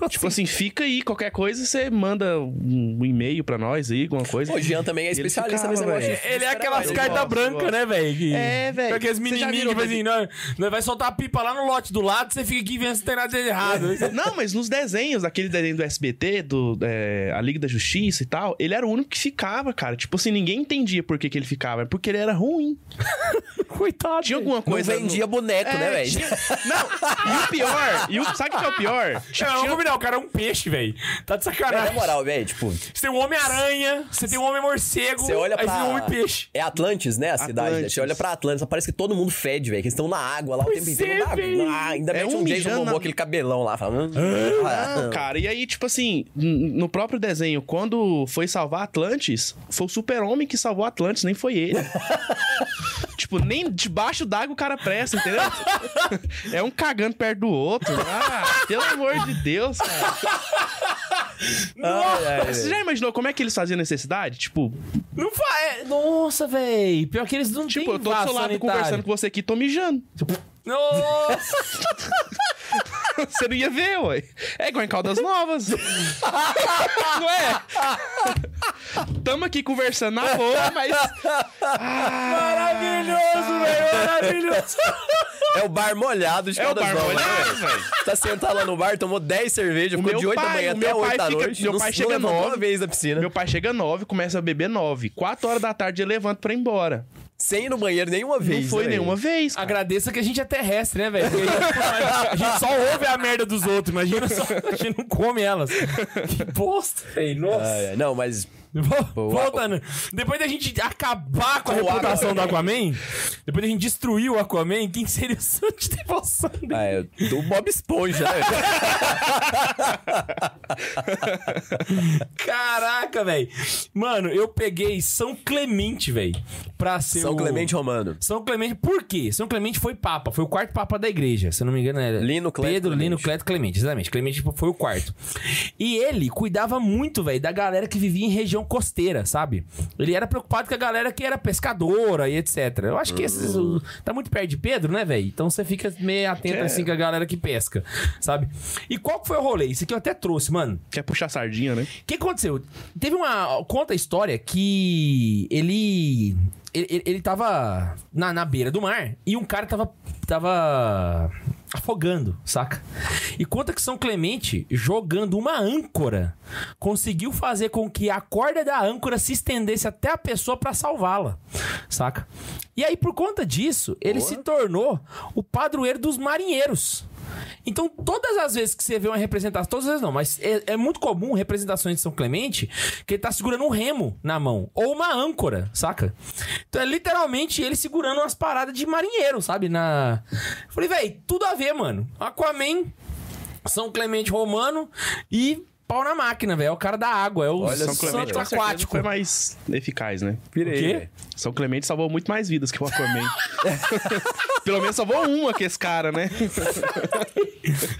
Tipo assim, fica aí, qualquer coisa, você manda um e-mail pra nós aí, alguma coisa. Pô, o tá- Jean também é E ele especialista ficava, nesse negócio. velho. de- Ele é aquelas Caralho, cartas gosto, brancas, gosto. né, velho? Que- É, velho. Com Aqueles Você já menininhos que virou, tipo assim, não, não vai soltar a pipa lá no lote do lado, você fica aqui vendo se não tem nada de errado. Não, mas nos desenhos, aquele desenho do SBT, do, é, a Liga da Justiça e tal, ele era o único que ficava, cara. Tipo assim, ninguém entendia por que, que ele ficava, é porque ele era ruim. Coitado. Tinha alguma Não coisa. vendia boneco, É, né, velho? tinha- Não, e o pior, e o, sabe o que é o pior? Não, vamos combinar, o cara é um peixe, velho. Tá de Velho, É, sacanagem. É, Na moral, velho, tipo, Você tem um Homem-Aranha, você tem um Homem-Morcego, você olha aí você tem pra. um Homem-Peixe. É Atlantis, né? A cidade. né? Atlantis. Você olha pra Atlantis, parece que todo mundo fede, velho. Que eles estão na água lá o Pois tempo inteiro. é, não dá- velho. Ah, ainda É mete um um Jason mijando Momoa, na- aquele cabelão lá. "Hum, ah, Falando, Não, cara, e aí, tipo assim, n- no próprio desenho, quando foi salvar Atlantis, foi o super-homem que salvou Atlantis, nem foi ele. tipo, nem debaixo d'água o cara presta, entendeu? é um cagando perto do outro. Ah, pelo amor de Deus, cara. Ai, ai, Você velho. já imaginou como é que eles faziam necessidade? Tipo, Não faz. Nossa, velho. Pior que eles não tipo têm eu tô do seu lado conversando com você aqui, tô mijando. Nossa! Você não ia ver, ué. É igual em Caldas Novas. não é? Tamo aqui conversando na boa, mas. maravilhoso, velho. Maravilhoso. É o bar molhado de É o Caldas bar Novas, né, molhado, velho? Tá sentado lá no bar, tomou 10 cervejas, O ficou meu de 8 da pai- manhã o até meu 8 pai da fica- noite. meu não- pai não chega levantou nove. uma vez da piscina. Meu pai chega nove, começa a beber nove. Quatro horas da tarde ele levanta pra ir embora. Sem ir no banheiro nenhuma vez. Não foi né, velho? nenhuma vez. cara. Agradeça que a gente é terrestre, né, velho? Porque A, gente- a gente só ouve a merda dos outros, imagina só. A gente não come elas. Que bosta, velho. Ai, Nossa. ai, Ah, é, Não, mas. Vol- Boa. Voltando. Depois da gente acabar com a Com o reputação do Aquaman, depois da gente destruir o Aquaman, quem seria o Santos Devoção dele? ah, é do Bob Esponja, né? velho? Caraca, velho. Mano, eu peguei São Clemente, velho. Pra ser São o- Clemente Romano. São Clemente, por quê? São Clemente foi papa, foi o quarto papa da igreja, se eu não me engano era. Lino, Cleto, Pedro, Clemente. Lino, Cleto, Clemente, exatamente. Clemente tipo, foi o quarto. E ele cuidava muito, velho, da galera que vivia em região costeira, sabe? Ele era preocupado com a galera que era pescadora e etc. Eu acho que esses. o- Tá muito perto de Pedro, né, velho? Então você fica meio atento É. assim com a galera que pesca, sabe? E qual que foi o rolê? Isso aqui eu até trouxe, mano. Quer puxar sardinha, né? O que aconteceu? Teve uma. Conta a história que ele. Ele, ele- ele tava na, na beira do mar e um cara tava. tava. afogando, saca? E conta que São Clemente, jogando uma âncora, conseguiu fazer com que a corda da âncora se estendesse até a pessoa pra salvá-la, saca? E aí, por conta disso, ele se tornou o padroeiro dos marinheiros. Então, todas as vezes que você vê uma representação, todas as vezes não, mas é, é muito comum representações de São Clemente que ele tá segurando um remo na mão ou uma âncora, saca? Então, é literalmente ele segurando umas paradas de marinheiro, sabe? Na. Eu falei, velho, tudo a ver, mano. Aquaman, São Clemente Romano e pau na máquina, velho. É o cara da água, é o Olha, São Clemente santo com certeza, aquático. foi mais eficaz, né? O quê? São Clemente salvou muito mais vidas que o Aquaman. Pelo menos salvou uma que esse cara, né?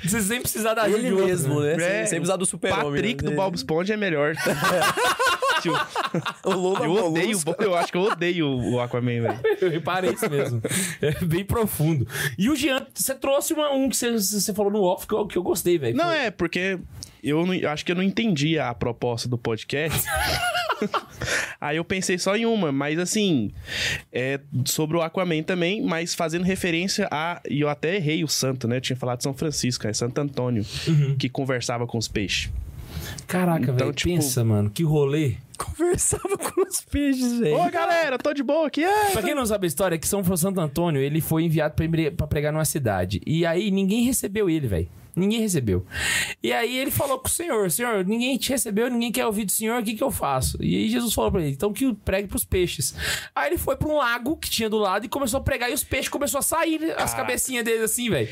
Vocês nem precisar da ajuda Ele de outro, mesmo, né? Sem- É, Sem precisar do super-homem. Patrick né? do Bob Esponja é melhor. Tipo, O é um Lula eu odeio, Molusco. eu acho que eu odeio o Aquaman, velho. Eu reparei isso mesmo. É bem profundo. E o Jean, você trouxe uma- um que você, você falou no off que eu, que eu gostei, velho. Não, é, porque eu, não- eu acho que eu não entendi a proposta do podcast. Aí eu pensei só em uma, mas assim, é sobre o Aquaman também, mas fazendo referência a. E eu até errei o santo, né? Eu tinha falado de São Francisco, é Santo Antônio, Uhum. que conversava com os peixes. Caraca, Então, velho. tipo- Pensa, mano, que rolê. Conversava com os peixes, velho. Ô galera, tô de boa aqui. É, Pra quem não sabe a história, é que São Santo Antônio, ele foi enviado pra embre- pra pregar numa cidade. E aí ninguém recebeu ele, velho. Ninguém recebeu. E aí ele falou com o senhor, senhor, ninguém te recebeu, ninguém quer ouvir do senhor, o que que eu faço? E aí Jesus falou pra ele, então que pregue pros peixes. Aí ele foi pra um lago que tinha do lado e começou a pregar e os peixes começaram a sair, né, as cabecinhas deles assim, velho.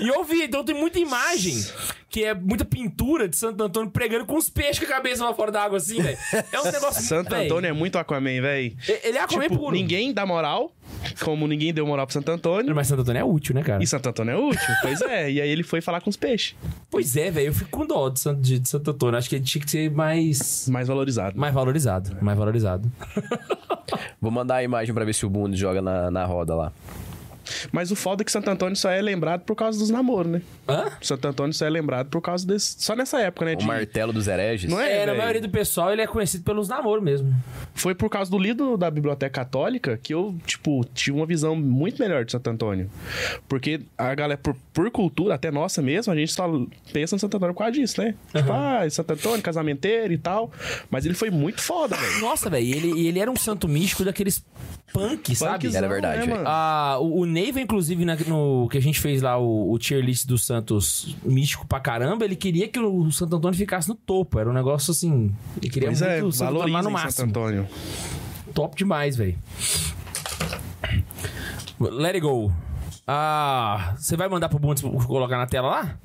E eu vi, então tem muita imagem, que é muita pintura de Santo Antônio pregando com os peixes com a cabeça lá fora da água assim, velho. É um negócio... Santo véi, Antônio é muito Aquaman, velho. Ele é comer Tipo, puro. ninguém dá moral, como ninguém deu moral pro Santo Antônio. Mas Santo Antônio é útil, né, cara? E Santo Antônio é útil, pois é. E aí ele foi falar com os peixes, Pois é, velho. Eu fico com dó de Santo, de Santo Antônio. Acho que ele tinha que ser mais. mais valorizado. Mais valorizado. Mais valorizado. Vou mandar a imagem pra ver se o Bundes joga na, na roda lá. Mas o foda é que Santo Antônio só é lembrado por causa dos namoros, né? Hã? Santo Antônio só é lembrado por causa desse. Só nessa época, né? O de- martelo dos hereges. Não É, é, na velho? maioria do pessoal ele é conhecido pelos namoros mesmo. Foi por causa do lido da Biblioteca Católica que eu, tipo, tive uma visão muito melhor de Santo Antônio. Porque a galera, por, por cultura, até nossa mesmo, a gente só pensa em Santo Antônio por causa disso, né? Tipo, ah, Santo Antônio, casamenteiro e tal. Mas ele foi muito foda, velho. Nossa, velho, e ele, e ele era um santo místico daqueles punk, é. sabe? Punkzão, Era verdade, velho. né, mano? Ah, o, o Neiva, inclusive, na- no que a gente fez lá, o, o tier list do Santos místico pra caramba, ele queria que o Santo Antônio ficasse no topo. Era um negócio assim. Ele queria Pois muito é, o Santo Antônio lá no valorizem Santo máximo. Antônio. Top demais, velho. Let it go. Ah, você vai mandar pro Bundes colocar na tela lá?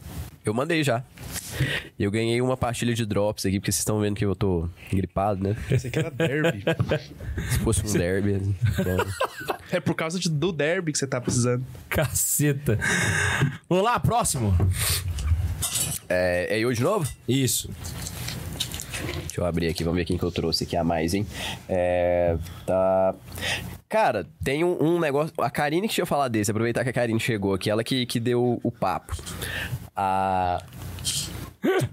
Eu mandei já. E eu ganhei uma pastilha de drops aqui, porque vocês estão vendo que eu tô gripado, né? Esse aqui Ah, era derby. Se fosse um derby. assim, então- é por causa de- do derby que você tá precisando. Caceta. Vamos lá, próximo. É, é eu de novo? Isso. Deixa eu abrir aqui, vamos ver quem que eu trouxe aqui a mais, hein? É, tá. Cara, tem um, um negócio. A Karine que tinha falado desse, aproveitar que a Karine chegou aqui, ela que, que deu o papo. A.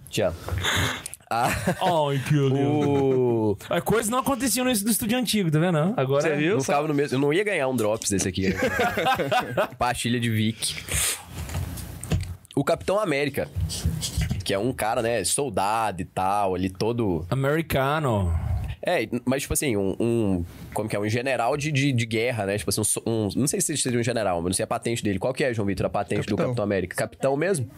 Tchau. Ai, que um- lindo. O. A coisa não acontecia no no estúdio antigo, tá vendo? Agora Você viu? Não ficava no mesmo. Eu não ia ganhar um drops desse aqui. Pastilha de Vic. O Capitão América. Que é um cara, né, soldado e tal, ali todo. Americano. É, mas tipo assim, um. um- como que é? Um general de, de, de guerra, né? Tipo assim, um, so- um- Não sei se seria um general, mas não sei a patente dele. Qual que é, João Vitor, a patente do Capitão. Capitão América? Capitão mesmo?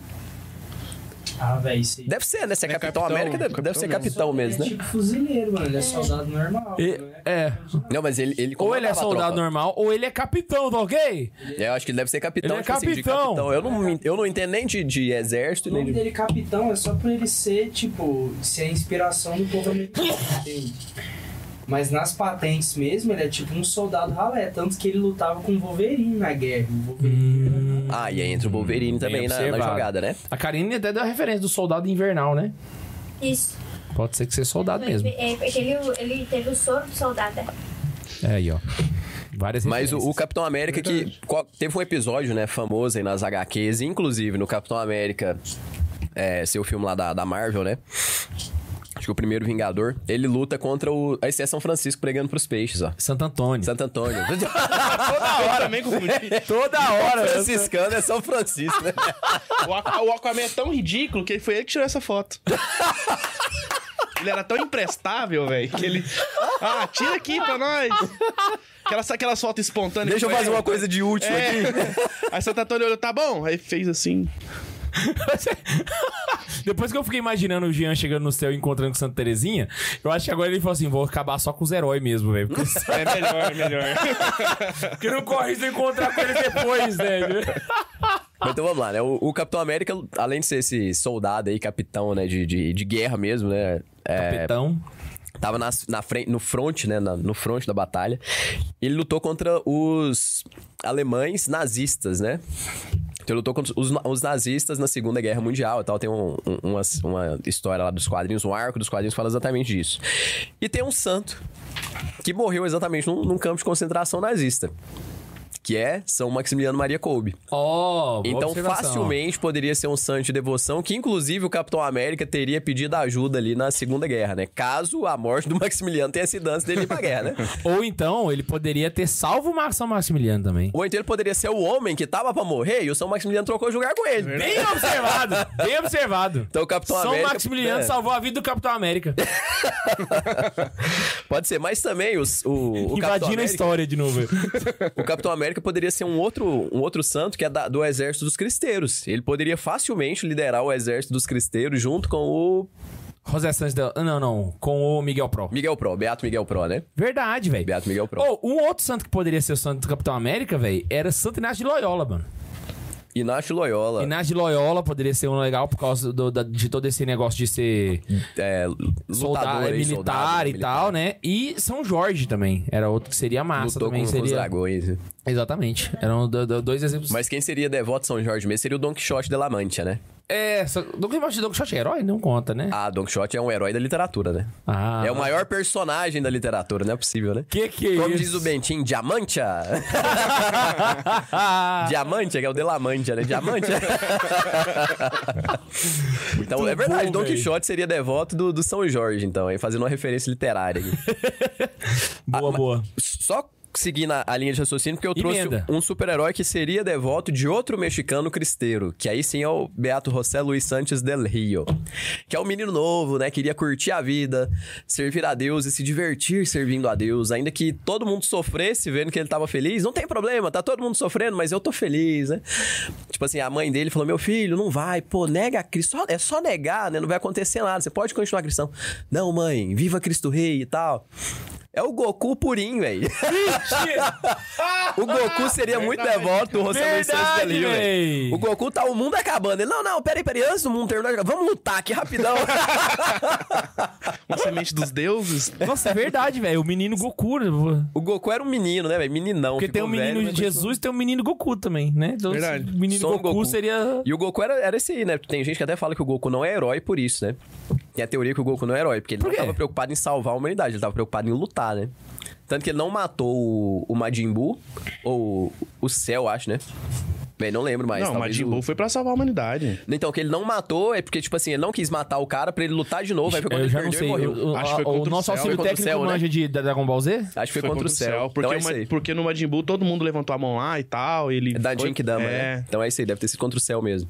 Ah, velho, isso aí. Deve ser, né? Se é, É Capitão, capitão, América, deve, deve ser capitão Ele mesmo, É né? tipo fuzileiro, mano. Ele é soldado normal. E- não é? é. né? Não, mas ele. ele Ou ele é comandava a soldado tropa. normal, ou ele é capitão, tá ok? É, eu acho que ele deve ser capitão. Ele é tipo assim, de capitão. capitão. Eu, não, me- eu não entendo nem de, de exército, O nem nome de. dele capitão é só por ele ser, tipo, ser a inspiração do povo americano, entende? Mas nas patentes mesmo, ele é tipo um soldado ralé, tanto que ele lutava com o Wolverine na guerra. O Hum. Wolverine era- Ah, e aí entra o Wolverine também na- na observado. jogada, né? A Karine até deu a referência do soldado invernal, né? Isso. Pode ser que seja soldado mesmo. É, porque ele, ele teve o soro do soldado. É aí, ó. Várias Mas o, o referências. Capitão América que qual- teve um episódio, né, famoso aí nas HQs, inclusive no Capitão América, é, seu filme lá da, da Marvel, né? Acho que o primeiro Vingador, ele luta contra o. Aí você é São Francisco pregando pros peixes, ó. Santo Antônio. Santo Antônio. Eu também confundi. Toda hora. Franciscano é São Francisco, né? O, Aqua- o Aquaman é tão ridículo que foi ele que tirou essa foto. Ele era tão imprestável, velho, que ele. Ah, tira aqui pra nós! Aquelas, aquelas fotos espontâneas. Deixa eu que foi- fazer uma coisa de útil aqui. É. Aí Santo Antônio olhou, tá bom? Aí fez assim. Depois que eu fiquei imaginando o Jean chegando no céu e encontrando com Santa Terezinha, eu acho que agora ele falou assim: vou acabar só com os heróis mesmo, velho. Porque, É melhor, melhor. porque não corre de encontrar com ele depois, né? Mas Então vamos lá, né? O, o Capitão América, além de ser esse soldado aí, capitão, né, de, de, de guerra mesmo, né? É, Capitão. Tava nas- na frente, no front, né? na- no front da batalha. Ele lutou contra os alemães nazistas, né? Então, ele lutou contra os, os nazistas na Segunda Guerra Mundial e tal. Tem um- um- uma, uma história lá dos quadrinhos, um arco dos quadrinhos fala exatamente disso. E tem um santo que morreu exatamente num, num campo de concentração nazista. Que é São Maximiliano Maria Kolbe. Ó, boa Então, observação. facilmente poderia ser um santo de devoção, que inclusive o Capitão América teria pedido ajuda ali na Segunda Guerra, né? Caso a morte do Maximiliano tenha sido antes dele ir pra guerra, né? Ou então ele poderia ter salvo o Mar- São Maximiliano também. Ou então ele poderia ser o homem que tava pra morrer e o São Maximiliano trocou de lugar com ele. Bem observado, bem observado. Então, o Capitão É São América- Maximiliano é. salvou a vida do Capitão América. Pode ser, mas também os, o, o, Capitão Invadindo a América, história de novo. o Capitão América poderia ser um outro, um outro santo que é da- do exército dos cristeiros. Ele poderia facilmente liderar o exército dos cristeiros junto com o José Santos. Del... Não, não. Com o Miguel Pro. Miguel Pro, Beato Miguel Pro, né? Verdade, velho. Beato Miguel Pro. Ou um outro santo que poderia ser o santo do Capitão América, velho, era Santo Inácio de Loyola, mano. Inácio Loyola, Inácio de Loyola poderia ser um legal por causa do- da- de todo esse negócio de ser é, soldado, lutador, aí, é militar soldado, e tal, né? E São Jorge também. Era outro que seria massa Lutou também. com, com os seria... dragões. Exatamente. Eram do- do- dois exemplos. Mas quem seria devoto São Jorge mesmo seria o Don Quixote de La Mancha, né? É, só, Don Quixote, Don Quixote é herói? Não conta, né? Ah, Don Quixote é um herói da literatura, né? Ah. É o maior personagem da literatura, não é possível, né? Que que é Como isso? diz o Bentinho, Diamantia. Diamantia, que é o Delamantia, né? Diamantia. então, é verdade, bom, Don véi. Quixote seria devoto do, do São Jorge, então, aí fazendo uma referência literária. aqui. boa, boa. Só seguindo a, a linha de raciocínio, porque eu trouxe Emenda. um super-herói que seria devoto de outro mexicano cristeiro, que aí sim é o Beato José Luiz Santos del Rio, que é um menino novo, né? Queria curtir a vida, servir a Deus e se divertir servindo a Deus, ainda que todo mundo sofresse vendo que ele tava feliz. Não tem problema, tá todo mundo sofrendo, mas eu tô feliz, né? Tipo assim, a mãe dele falou: Meu filho, não vai, pô, nega Cristo, só- é só negar, né? Não vai acontecer nada, você pode continuar cristão. Não, mãe, viva Cristo Rei e tal. É o Goku purinho, velho. o Goku seria muito devoto do José Luiz Santos Verdade, Del Rio, véi. velho. O Goku tá, o mundo acabando. Ele, não, não, peraí, peraí, antes do mundo terminar, vamos lutar aqui rapidão. Uma semente dos deuses. Nossa, é verdade, velho. O menino Goku. né? o Goku era um menino, né, velho? Meninão. Porque tem ficou um menino velho, né? mas Jesus e tem um menino Goku também, né? Então, Verdade. O menino Son Goku, um Goku. seria. E o Goku era, era esse aí, né? Tem gente que até fala que o Goku não é herói por isso, né? Tem a teoria que o Goku não é herói, porque ele Por não quê? tava preocupado em salvar a humanidade, ele tava preocupado em lutar, né? Tanto que ele não matou o, o Majin Buu, ou o Cell, acho, né? Bem, não lembro mais. não, talvez Majin o- Buu foi pra salvar a humanidade. Então, que ele não matou é porque, tipo assim, ele não quis matar o cara pra ele lutar de novo. Aí foi quando É, Eu ele já não perdeu sei. e morreu. O, o- Acho que foi o contra o nosso céu, auxílio né? Foi contra o técnico céu, né? manja de, da Dragon Ball Z? Acho que foi, contra, o céu. Porque, então é o isso Ma- aí. porque no Majin Buu todo mundo levantou a mão lá e tal. Ele É da foi- Jinkidama, é. né? Então é isso aí, deve ter sido contra o céu mesmo.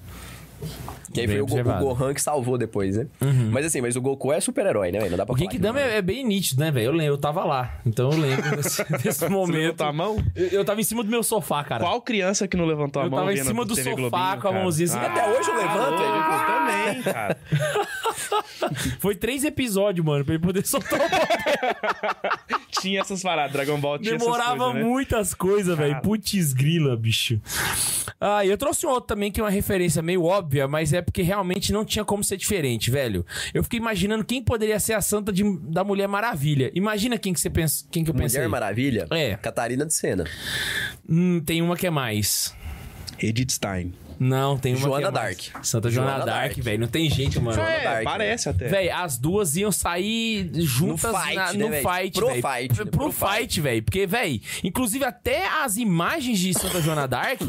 Que aí Bem foi o, Go- o observado. Uhum. Gohan que salvou depois, né? Mas assim, mas o Goku é super-herói, né? velho? Não dá pra O falar que Genkidama não é, é bem nítido, né, velho? Eu lembro, eu tava lá. Então eu lembro desse, desse Você momento. levantou a mão? Eu, eu tava em cima do meu sofá, cara. Qual criança que não levantou a Eu mão? tava em vendo cima a do TV sofá Globinho, com a cara? mãozinha assim, Ah, Até hoje eu levanto, louco, ele eu também, cara. Foi três episódios, mano, pra ele poder soltar o Tinha essas paradas, Dragon Ball tinha essas Demorava coisas, né? muitas coisas, velho. Putz grila, bicho. Ah, e eu trouxe um outro também que é uma referência meio óbvia, mas é porque realmente não tinha como ser diferente, velho. Eu fiquei imaginando quem poderia ser a santa de- da Mulher Maravilha. Imagina quem que você pensa, quem que eu pensei. Mulher Maravilha? É. Catarina de Sena. Hum, tem uma que é mais. Edith Stein. Não, tem uma Joana que é mais. Dark. Santa Joana, Joana Dark, Dark. velho. Não tem jeito, mano. É, Dark, parece até. Véi, as duas iam sair juntas No fight, na- né, no véi? fight, Pro véi. fight, né? Pro, Pro fight, véi. Porque, véi, inclusive até as imagens de Santa Joana Dark,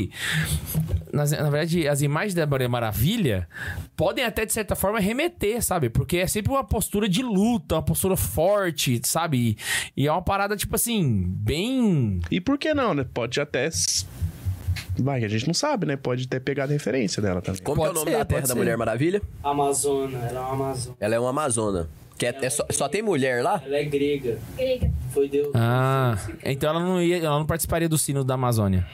nas- na verdade, as imagens da Mulher Maravilha podem até, de certa forma, remeter, sabe? Porque é sempre uma postura de luta, uma postura forte, sabe? E, e é uma parada, tipo assim, bem... E por que não, né? Pode até. s- Vai, que a gente não sabe, né? Pode ter pegado referência dela também. Como que é o Pode nome ser, da terra pode da ser. Mulher Maravilha? Amazona, ela é uma Amazona. Ela é uma amazona. Que é, é só, só tem mulher lá? Ela é grega. Grega. Foi Deus. Ah, então ela não, ia, ela não participaria do sino da Amazônia.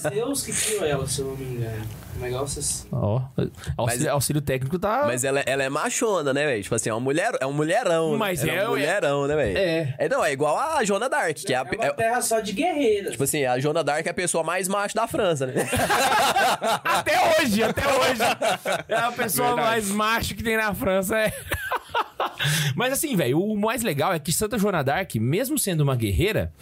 Foi Deus que criou ela, se eu não me engano. Um negócio assim. Ó, auxílio, auxílio técnico tá... Mas ela, ela é machona, né, velho? Tipo assim, é uma mulher, é um mulherão. né? Mas Ela é- um mulherão, né, velho? É. Não, é igual a Joana Dark, que é a, É uma é- terra só de guerreiras. Tipo assim, a Joana Dark é a pessoa mais macho da França, né? Até hoje, até hoje. É a pessoa Verdade. mais macho que tem na França, é. Mas assim, velho, o mais legal é que Santa Joana d'Arc, mesmo sendo uma guerreira,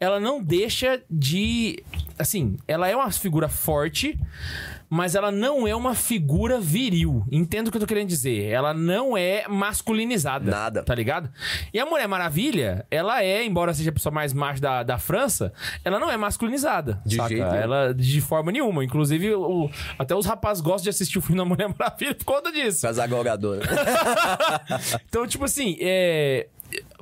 ela não deixa de. Assim, ela é uma figura forte, mas ela não é uma figura viril. Entendo o que eu tô querendo dizer. Ela não é masculinizada. Nada. Tá ligado? E a Mulher Maravilha, ela é, embora seja a pessoa mais macho da, da França, ela não é masculinizada. De saca? jeito nenhum. Ela de forma nenhuma. Inclusive, o- até os rapazes gostam de assistir o filme da Mulher Maravilha por conta disso. Casar galgadora. Então, tipo assim, é,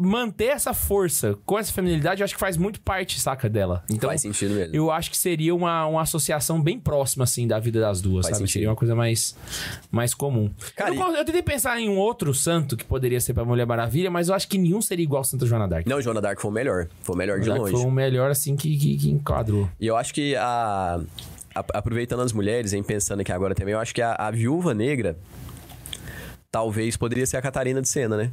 Manter essa força com essa feminilidade, eu acho que faz muito parte, saca, dela. Então, Faz sentido mesmo. eu acho que seria uma, uma associação bem próxima, assim, da vida das duas, Faz sabe? sentido. Seria uma coisa mais, mais comum. Cara, eu, não con- eu tentei pensar em um outro santo que poderia ser pra Mulher Maravilha, mas eu acho que nenhum seria igual Santa Joana d'Arc. Não, Joana Dark foi o melhor. Foi o melhor de Já que longe. Foi um- o melhor, assim, que, que, que enquadrou. E eu acho que a. a- Aproveitando as mulheres, hein, pensando aqui agora também, eu acho que a, a viúva negra talvez poderia ser a Catarina de Sena, né?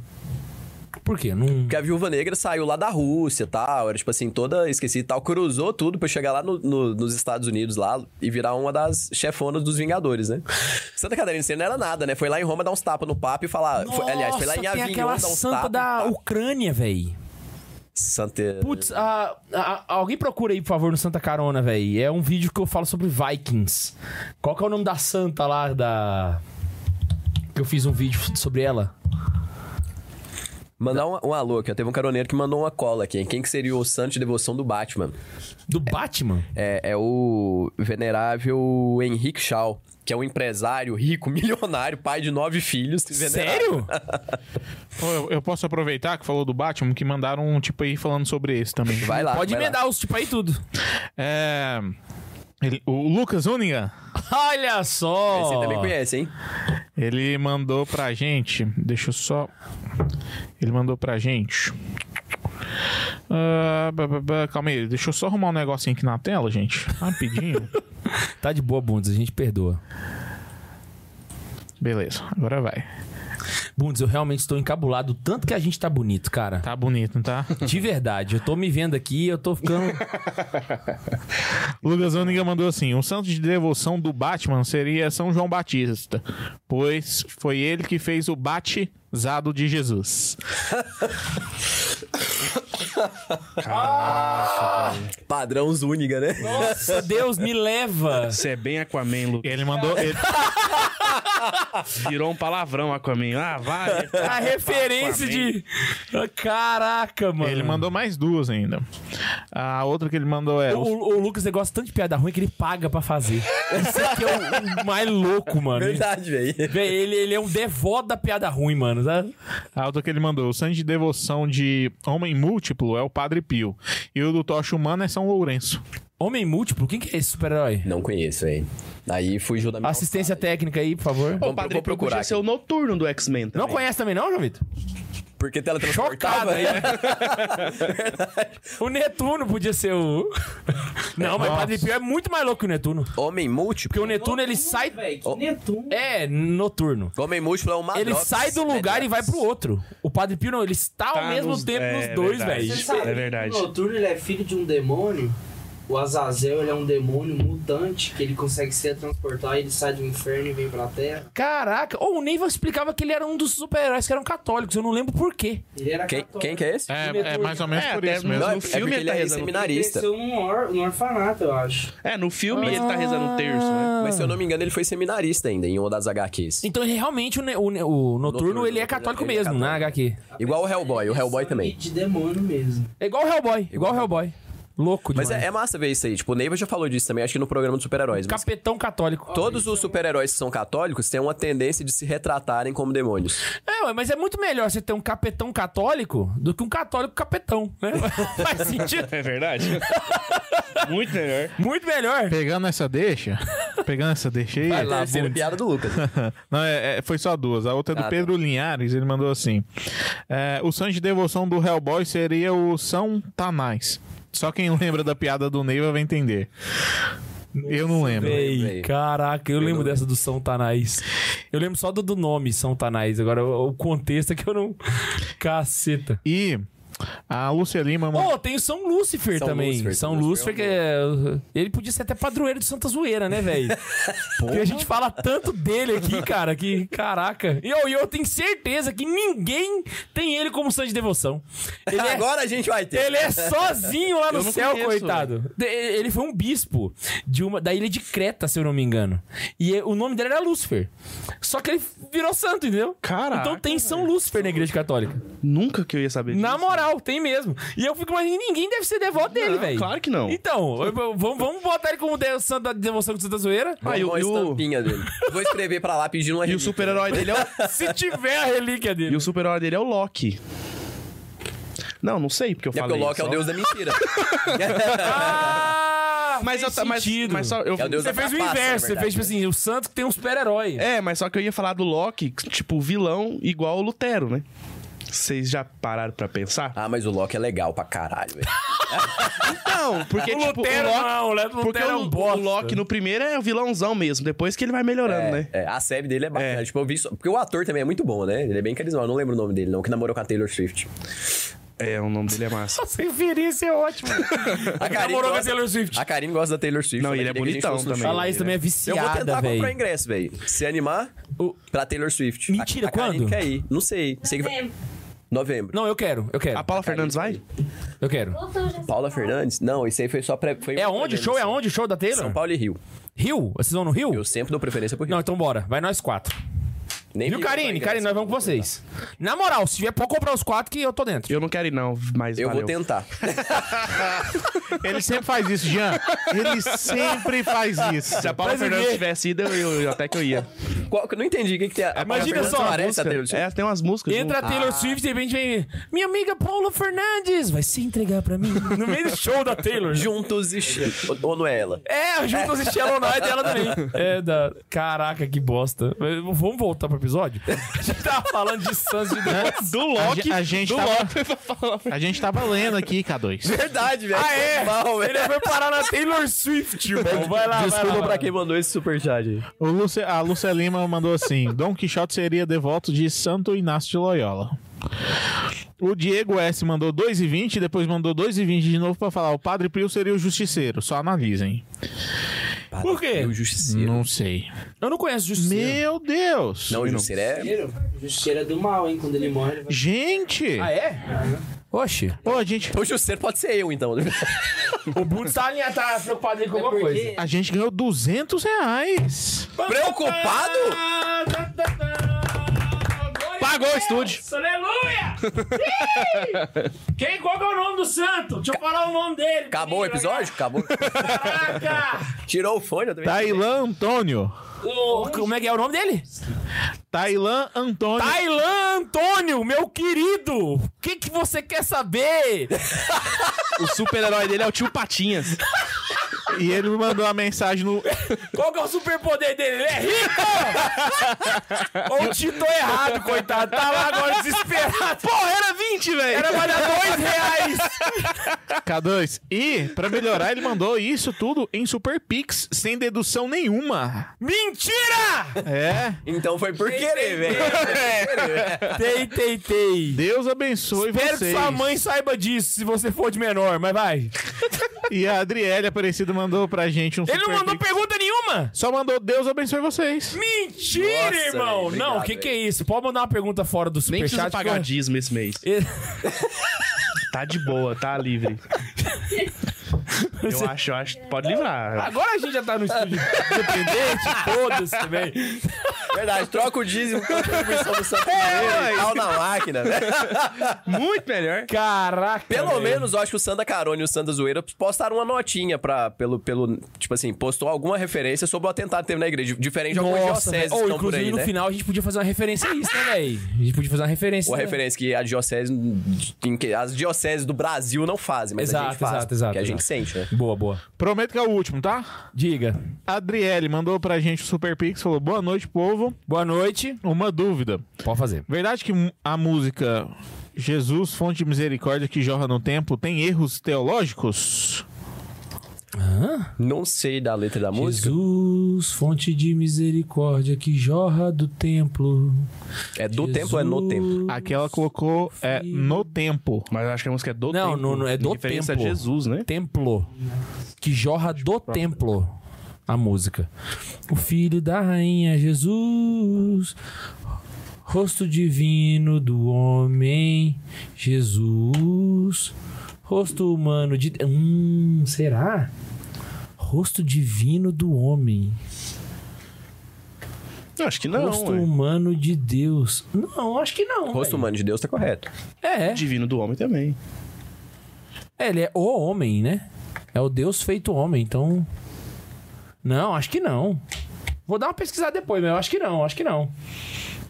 Por quê? Não... Porque a viúva negra saiu lá da Rússia e tal, era tipo assim, toda esqueci e tal, cruzou tudo pra chegar lá no- no- nos Estados Unidos lá e virar uma das chefonas dos Vingadores, né? Santa Catarina de Sena não era nada, né? Foi lá em Roma dar uns tapas no papo e falar. foi- aliás, foi lá em Nossa, tem Avignon aquela dar uns santa tapas. da tá? Ucrânia, velho. Santa... Putz, a- a- alguém procura aí, por favor, no Santa Carona, velho. É um vídeo que eu falo sobre Vikings. Qual que é o nome da santa lá da. Que eu fiz um vídeo sobre ela? Mandar um, um alô aqui, ó. Teve um caroneiro que mandou uma cola aqui. hein? Quem que seria o santo de devoção do Batman? Do Batman? É, é o venerável Henrique Shaw, que é um empresário rico, milionário, pai de nove filhos. venerável. Sério? Pô, Eu, eu posso aproveitar que falou do Batman, que mandaram um tipo aí falando sobre esse também. Vai lá, Pode Tá, vai lá. emendar os tipo aí tudo. É, ele- o Lucas Uninga, Olha só! Você também conhece, hein? ele mandou pra gente. Deixa eu só. Ele mandou pra gente. Ah, ba, ba, ba, calma aí, deixa eu só arrumar um negocinho aqui na tela, gente. Rapidinho. Tá de boa, Bundes, a gente perdoa. Beleza, agora vai. Bundes, eu realmente estou encabulado tanto que a gente tá bonito, cara. Tá bonito, não tá? De verdade, eu tô me vendo aqui, eu tô ficando. Lucas Uninga mandou assim: o santo de devoção do Batman seria São João Batista, pois foi ele que fez o batizado de Jesus. Padrão Zúñiga, né? Nossa, Deus me leva! Você é bem Aquaman, Lucas. Ele mandou. ele- Virou um palavrão, Aquaman. Ah, vai. Tá A referência de. Ah, Caraca, mano. Ele mandou mais duas ainda. A outra que ele mandou é. O, o- o Lucas ele gosta tanto de piada ruim que ele paga pra fazer. Isso aqui é o, o mais louco, mano. Verdade, velho. Véi, Ele, ele é um devoto da piada ruim, mano. tá? sabe? A outra que ele mandou. O santo de devoção de homem múltiplo é o Padre Pio. E o do Tocha Humana é São Lourenço. Homem múltiplo, quem que é esse super-herói? Não conheço, velho. Aí fugiu da minha... Assistência técnica aí, por favor. Pô, o vou Padre Pio procurar podia aqui. ser o noturno do X-Men Não também. conhece também, não, João Vitor? Porque Chocado teletransportava, aí. né? O Netuno podia ser o. Não, mas o Padre Pio é muito mais louco que o Netuno. Homem múltiplo? Porque o Netuno ele sai. Véi, que Oh. Netuno. É, noturno. Homem múltiplo é o Madrox. Ele sai do lugar e vai pro outro. O Padre Pio não, ele está ao Tá mesmo nos- tempo é, nos dois, verdade. velho. Você sabe É verdade. que o Noturno ele é filho de um demônio. O Azazel ele é um demônio mutante que ele consegue se transportar, ele sai do inferno e vem pra terra. Caraca, ou o Neiva explicava que ele era um dos super-heróis que eram católicos, eu não lembro por quê. Ele era Quem, católico. quem que é esse? É, é mais ou menos É, por até isso mesmo. no Não, é- é filme porque ele tá ele é rezando. Ele seminarista. cresceu num, or, num orfanato, eu acho. É, no filme ele tá rezando o terço, né? Mas se eu não me engano, ele foi seminarista ainda, em uma das HQs. Então realmente o, ne- o ne- o Noturno Noturno, ele é ele católico é mesmo, católico. né, HQ? Igual o Hellboy, o Hellboy também. De demônio mesmo. É igual o Hellboy, igual o Hellboy. Louco demais. Mas é, é massa ver isso aí. Tipo, o Neiva já falou disso também, acho que no programa de super-heróis. Mas Capetão católico. todos os super-heróis que são católicos têm uma tendência de se retratarem como demônios. É, ué, mas é muito melhor você ter um capetão católico do que um católico capetão, né? Faz sentido. É verdade. Muito melhor. Muito melhor. Pegando essa deixa. Pegando essa deixa É aí. Terceira piada do Lucas. Não, é, é- foi só duas. A outra é do Ah, tá. Pedro Linhares, ele mandou assim: é, O santo de devoção do Hellboy seria o São Tanais. Só quem lembra da piada do Neiva vai entender. eu não lembro. Ei, lembrei. caraca, eu lembro dessa do São Tanais. Eu lembro só do, do nome São Tanais. Agora, o, o contexto é que eu não. Caceta. E a Lúcia Lima mandou. Pô, tem o São Lúcifer São também. Lúcifer. São São Lúcifer, que é. Ele podia ser até padroeiro de Santa Zoeira, né, velho? Porque a gente fala tanto dele aqui, cara, que caraca. E eu, e eu tenho certeza que ninguém tem ele como santo de devoção. Ele é, Agora a gente vai ter. ele é sozinho lá Eu no não céu, conheço, coitado. De- Ele foi um bispo de uma, da ilha de Creta, se eu não me engano. E eh, o nome dele era Lúcifer. Só que ele virou santo, entendeu? Caraca, Então tem São Lúcifer na igreja católica. Nunca que eu ia saber disso. Na moral, tem mesmo. E eu fico imaginando, ninguém deve ser devoto dele, Não, velho. claro que não. Então, eu- eu- vamos, vamos botar ele como Deus santo da devoção de Santa Zoeira? Ah, e o- Uma e o- estampinha dele. Vou escrever pra lá pedindo uma E o relíquia. super-herói dele é o... Se tiver a relíquia E dele. o super-herói dele é o Loki. Não, não sei porque eu É porque falei o Loki é o só. deus da mentira. Ah, Mas eu fez ta- mas, sentido. mas só eu É o deus Você da fez o trapaça, na inverso, você verdade, fez tipo né? assim, o santo que tem um super-herói. É, mas só que eu ia falar do Loki, tipo, vilão igual o Lutero, né? Vocês já pararam pra pensar? Ah, mas o Loki é legal pra caralho, velho. Não, porque O tipo, Lutero o Loki, não, o Lutero porque é um o, o bosta. Loki no primeiro é o vilãozão mesmo, depois que ele vai melhorando, É, né? é, a série dele é bacana. É. Tipo, eu vi só... Porque o ator também é muito bom, né? Ele é bem carismático. eu Não lembro o nome dele, não. Que namorou com a Taylor Swift. É, o nome dele é massa. Nossa, referência é ótima. A Karine namorou com a gosta- Taylor Swift. A Karine gosta da Taylor Swift. Não, ela ele é queria que a gente bonitão fosse no também. Falar isso também é Eu vou viciada, tentar comprar velho. ingresso, velho. Se animar, O- pra Taylor Swift. Mentira, a, a Karine quando? quer ir. Não sei. sei que vai- Novembro. Novembro. Não, eu quero, eu quero. A Paula Fernandes vai? Eu quero. Outro já- Paula Fernandes? Não, esse aí foi só pra. Foi É uma onde o pré- show? É onde o show da Taylor? São Paulo e Rio. Rio? Vocês vão no Rio? Eu sempre dou preferência pro Rio. Não, então bora. Vai nós quatro. Nem Viu, Rio, Karine? Karine, só nós ingresso. vamos com vocês. Na moral, se tiver, pode comprar os quatro que eu tô dentro. Eu não quero ir, não, mas. Eu vou valeu. tentar. Ele sempre faz isso, Jean. Ele sempre faz isso. Se a Paula Mas o Fernandes quê? tivesse ido, eu, eu- até que eu ia. Qual que eu não entendi o que, que tem a. a É, Imagina Paula só, Fernandes a aparece a Taylor Swift? É, tem umas músicas. Entra a Taylor Swift e de repente vem. Minha amiga Paula Fernandes vai se entregar pra mim. No meio do show da Taylor. Juntos e. Ou- Ou não é ela? É, junto assisti Shallow Night dela também. É, da... Caraca, que bosta. Mas Vamos voltar pro episódio? A gente tava falando de Sans de Deus. Do A, Loki. ge- a gente do tava, Loki. pra falar. a gente tava lendo aqui, K2. Verdade, velho. Ah, é? Mal, velho. Ele foi parar na Taylor Swift, irmão. Vai lá, vai Desculpa lá, pra quem mandou esse superchat aí. O Lúcia, a Lúcia Lima mandou assim: Dom Quixote seria devoto de Santo Inácio de Loyola. O Diego S mandou 2,20, depois mandou 2,20 de novo pra falar: o Padre Pio seria o justiceiro. Só analisem. Por quê? E o Justiceiro. Não sei. Eu não conheço Justiceiro. Meu Deus! Não, o Justiceiro é. Justiceiro, Justiceiro é do mal, hein? Quando ele morre, ele vai... Gente! Ah, é? Oxi. Pô, a gente, Então, O Justiceiro pode ser eu, então. O Bruno tá, ali, tá preocupado ali com alguma É coisa. a gente ganhou 200 reais. Preocupado? Pagou o estúdio. Aleluia! Ih! Quem, qual que é o nome do santo? Deixa eu falar o nome dele. Acabou o episódio? Acabou. Caraca! Tirou o fone, eu Tá também. Tailan Tá Antônio. O- como é que é o nome dele? Tailan Antônio. Tailan Antônio, meu querido! O que, que você quer saber? O super-herói dele é o tio Patinhas. E ele me mandou uma mensagem no. Qual que é o superpoder dele? Ele é rico! Ou titou errado, coitado. Tava agora desesperado. Porra, era 20, velho! Era mais dois reais! K2. E, pra melhorar, ele mandou isso tudo em Super Pix, sem dedução nenhuma. Mentira! É. Então foi por querer, velho. Tei, tei, tei. Deus abençoe Espero vocês. que sua mãe saiba disso, se você for de menor, mas vai. E a Adriele Aparecida mandou pra gente um Ele não super mandou pix. pergunta nenhuma! Só mandou Deus abençoe vocês. Mentira, Nossa, irmão! velho, obrigado, não, o que, que é velho. isso? Pode mandar uma pergunta fora do Nem precisa superchat. pagar que dízimo esse mês. eu- Tá de boa, tá livre. Eu acho, eu acho. Pode livrar. Agora a gente já tá no estúdio independente, foda-se também. É Verdade, troca o dízimo com a contribuição do É, Santo Mineiro e tal na máquina, né? velho. Muito melhor. Caraca. Pelo velho. menos, eu acho que o Santa Carone e o Santa Zoeira postaram uma notinha pra, pelo, pelo. Tipo assim, postou alguma referência sobre o atentado que teve na igreja. Diferente de algumas Nossa, dioceses velho. que Ou, estão por inclusive aí, no né? final a gente podia fazer uma referência a isso, né, velho? A gente podia fazer uma referência. Uma né? referência que a diocese. em que As dioceses do Brasil não fazem, mas a gente Exato, faz. exato, exato, que a gente exato. sente, né? Boa, boa. Prometo que é o último, tá? Diga. A Adriele mandou pra gente um super pix, falou boa noite, povo. Boa noite. Uma dúvida. Pode fazer. Verdade que mu- a música Jesus, fonte de misericórdia que jorra no tempo, tem erros teológicos? Não sei da letra da música. Jesus, fonte de misericórdia que jorra do templo. É do tempo ou é no tempo? Aqui ela colocou é no tempo. Mas eu acho que a música é do Não, tempo. não, não, é em do referência tempo. a Jesus, né? Templo. Que jorra do templo. A música. O filho da rainha Jesus. Rosto divino do homem Jesus. Rosto humano de. Hum, será? Rosto divino do homem. Eu acho que não. rosto ué. humano de Deus. Não, acho que não. Rosto velho. humano de Deus tá correto. É, Divino do homem também. É, ele é o homem, né? É o Deus feito homem, então. Não, acho que não. Vou dar uma pesquisada depois, mas eu acho que não, acho que não.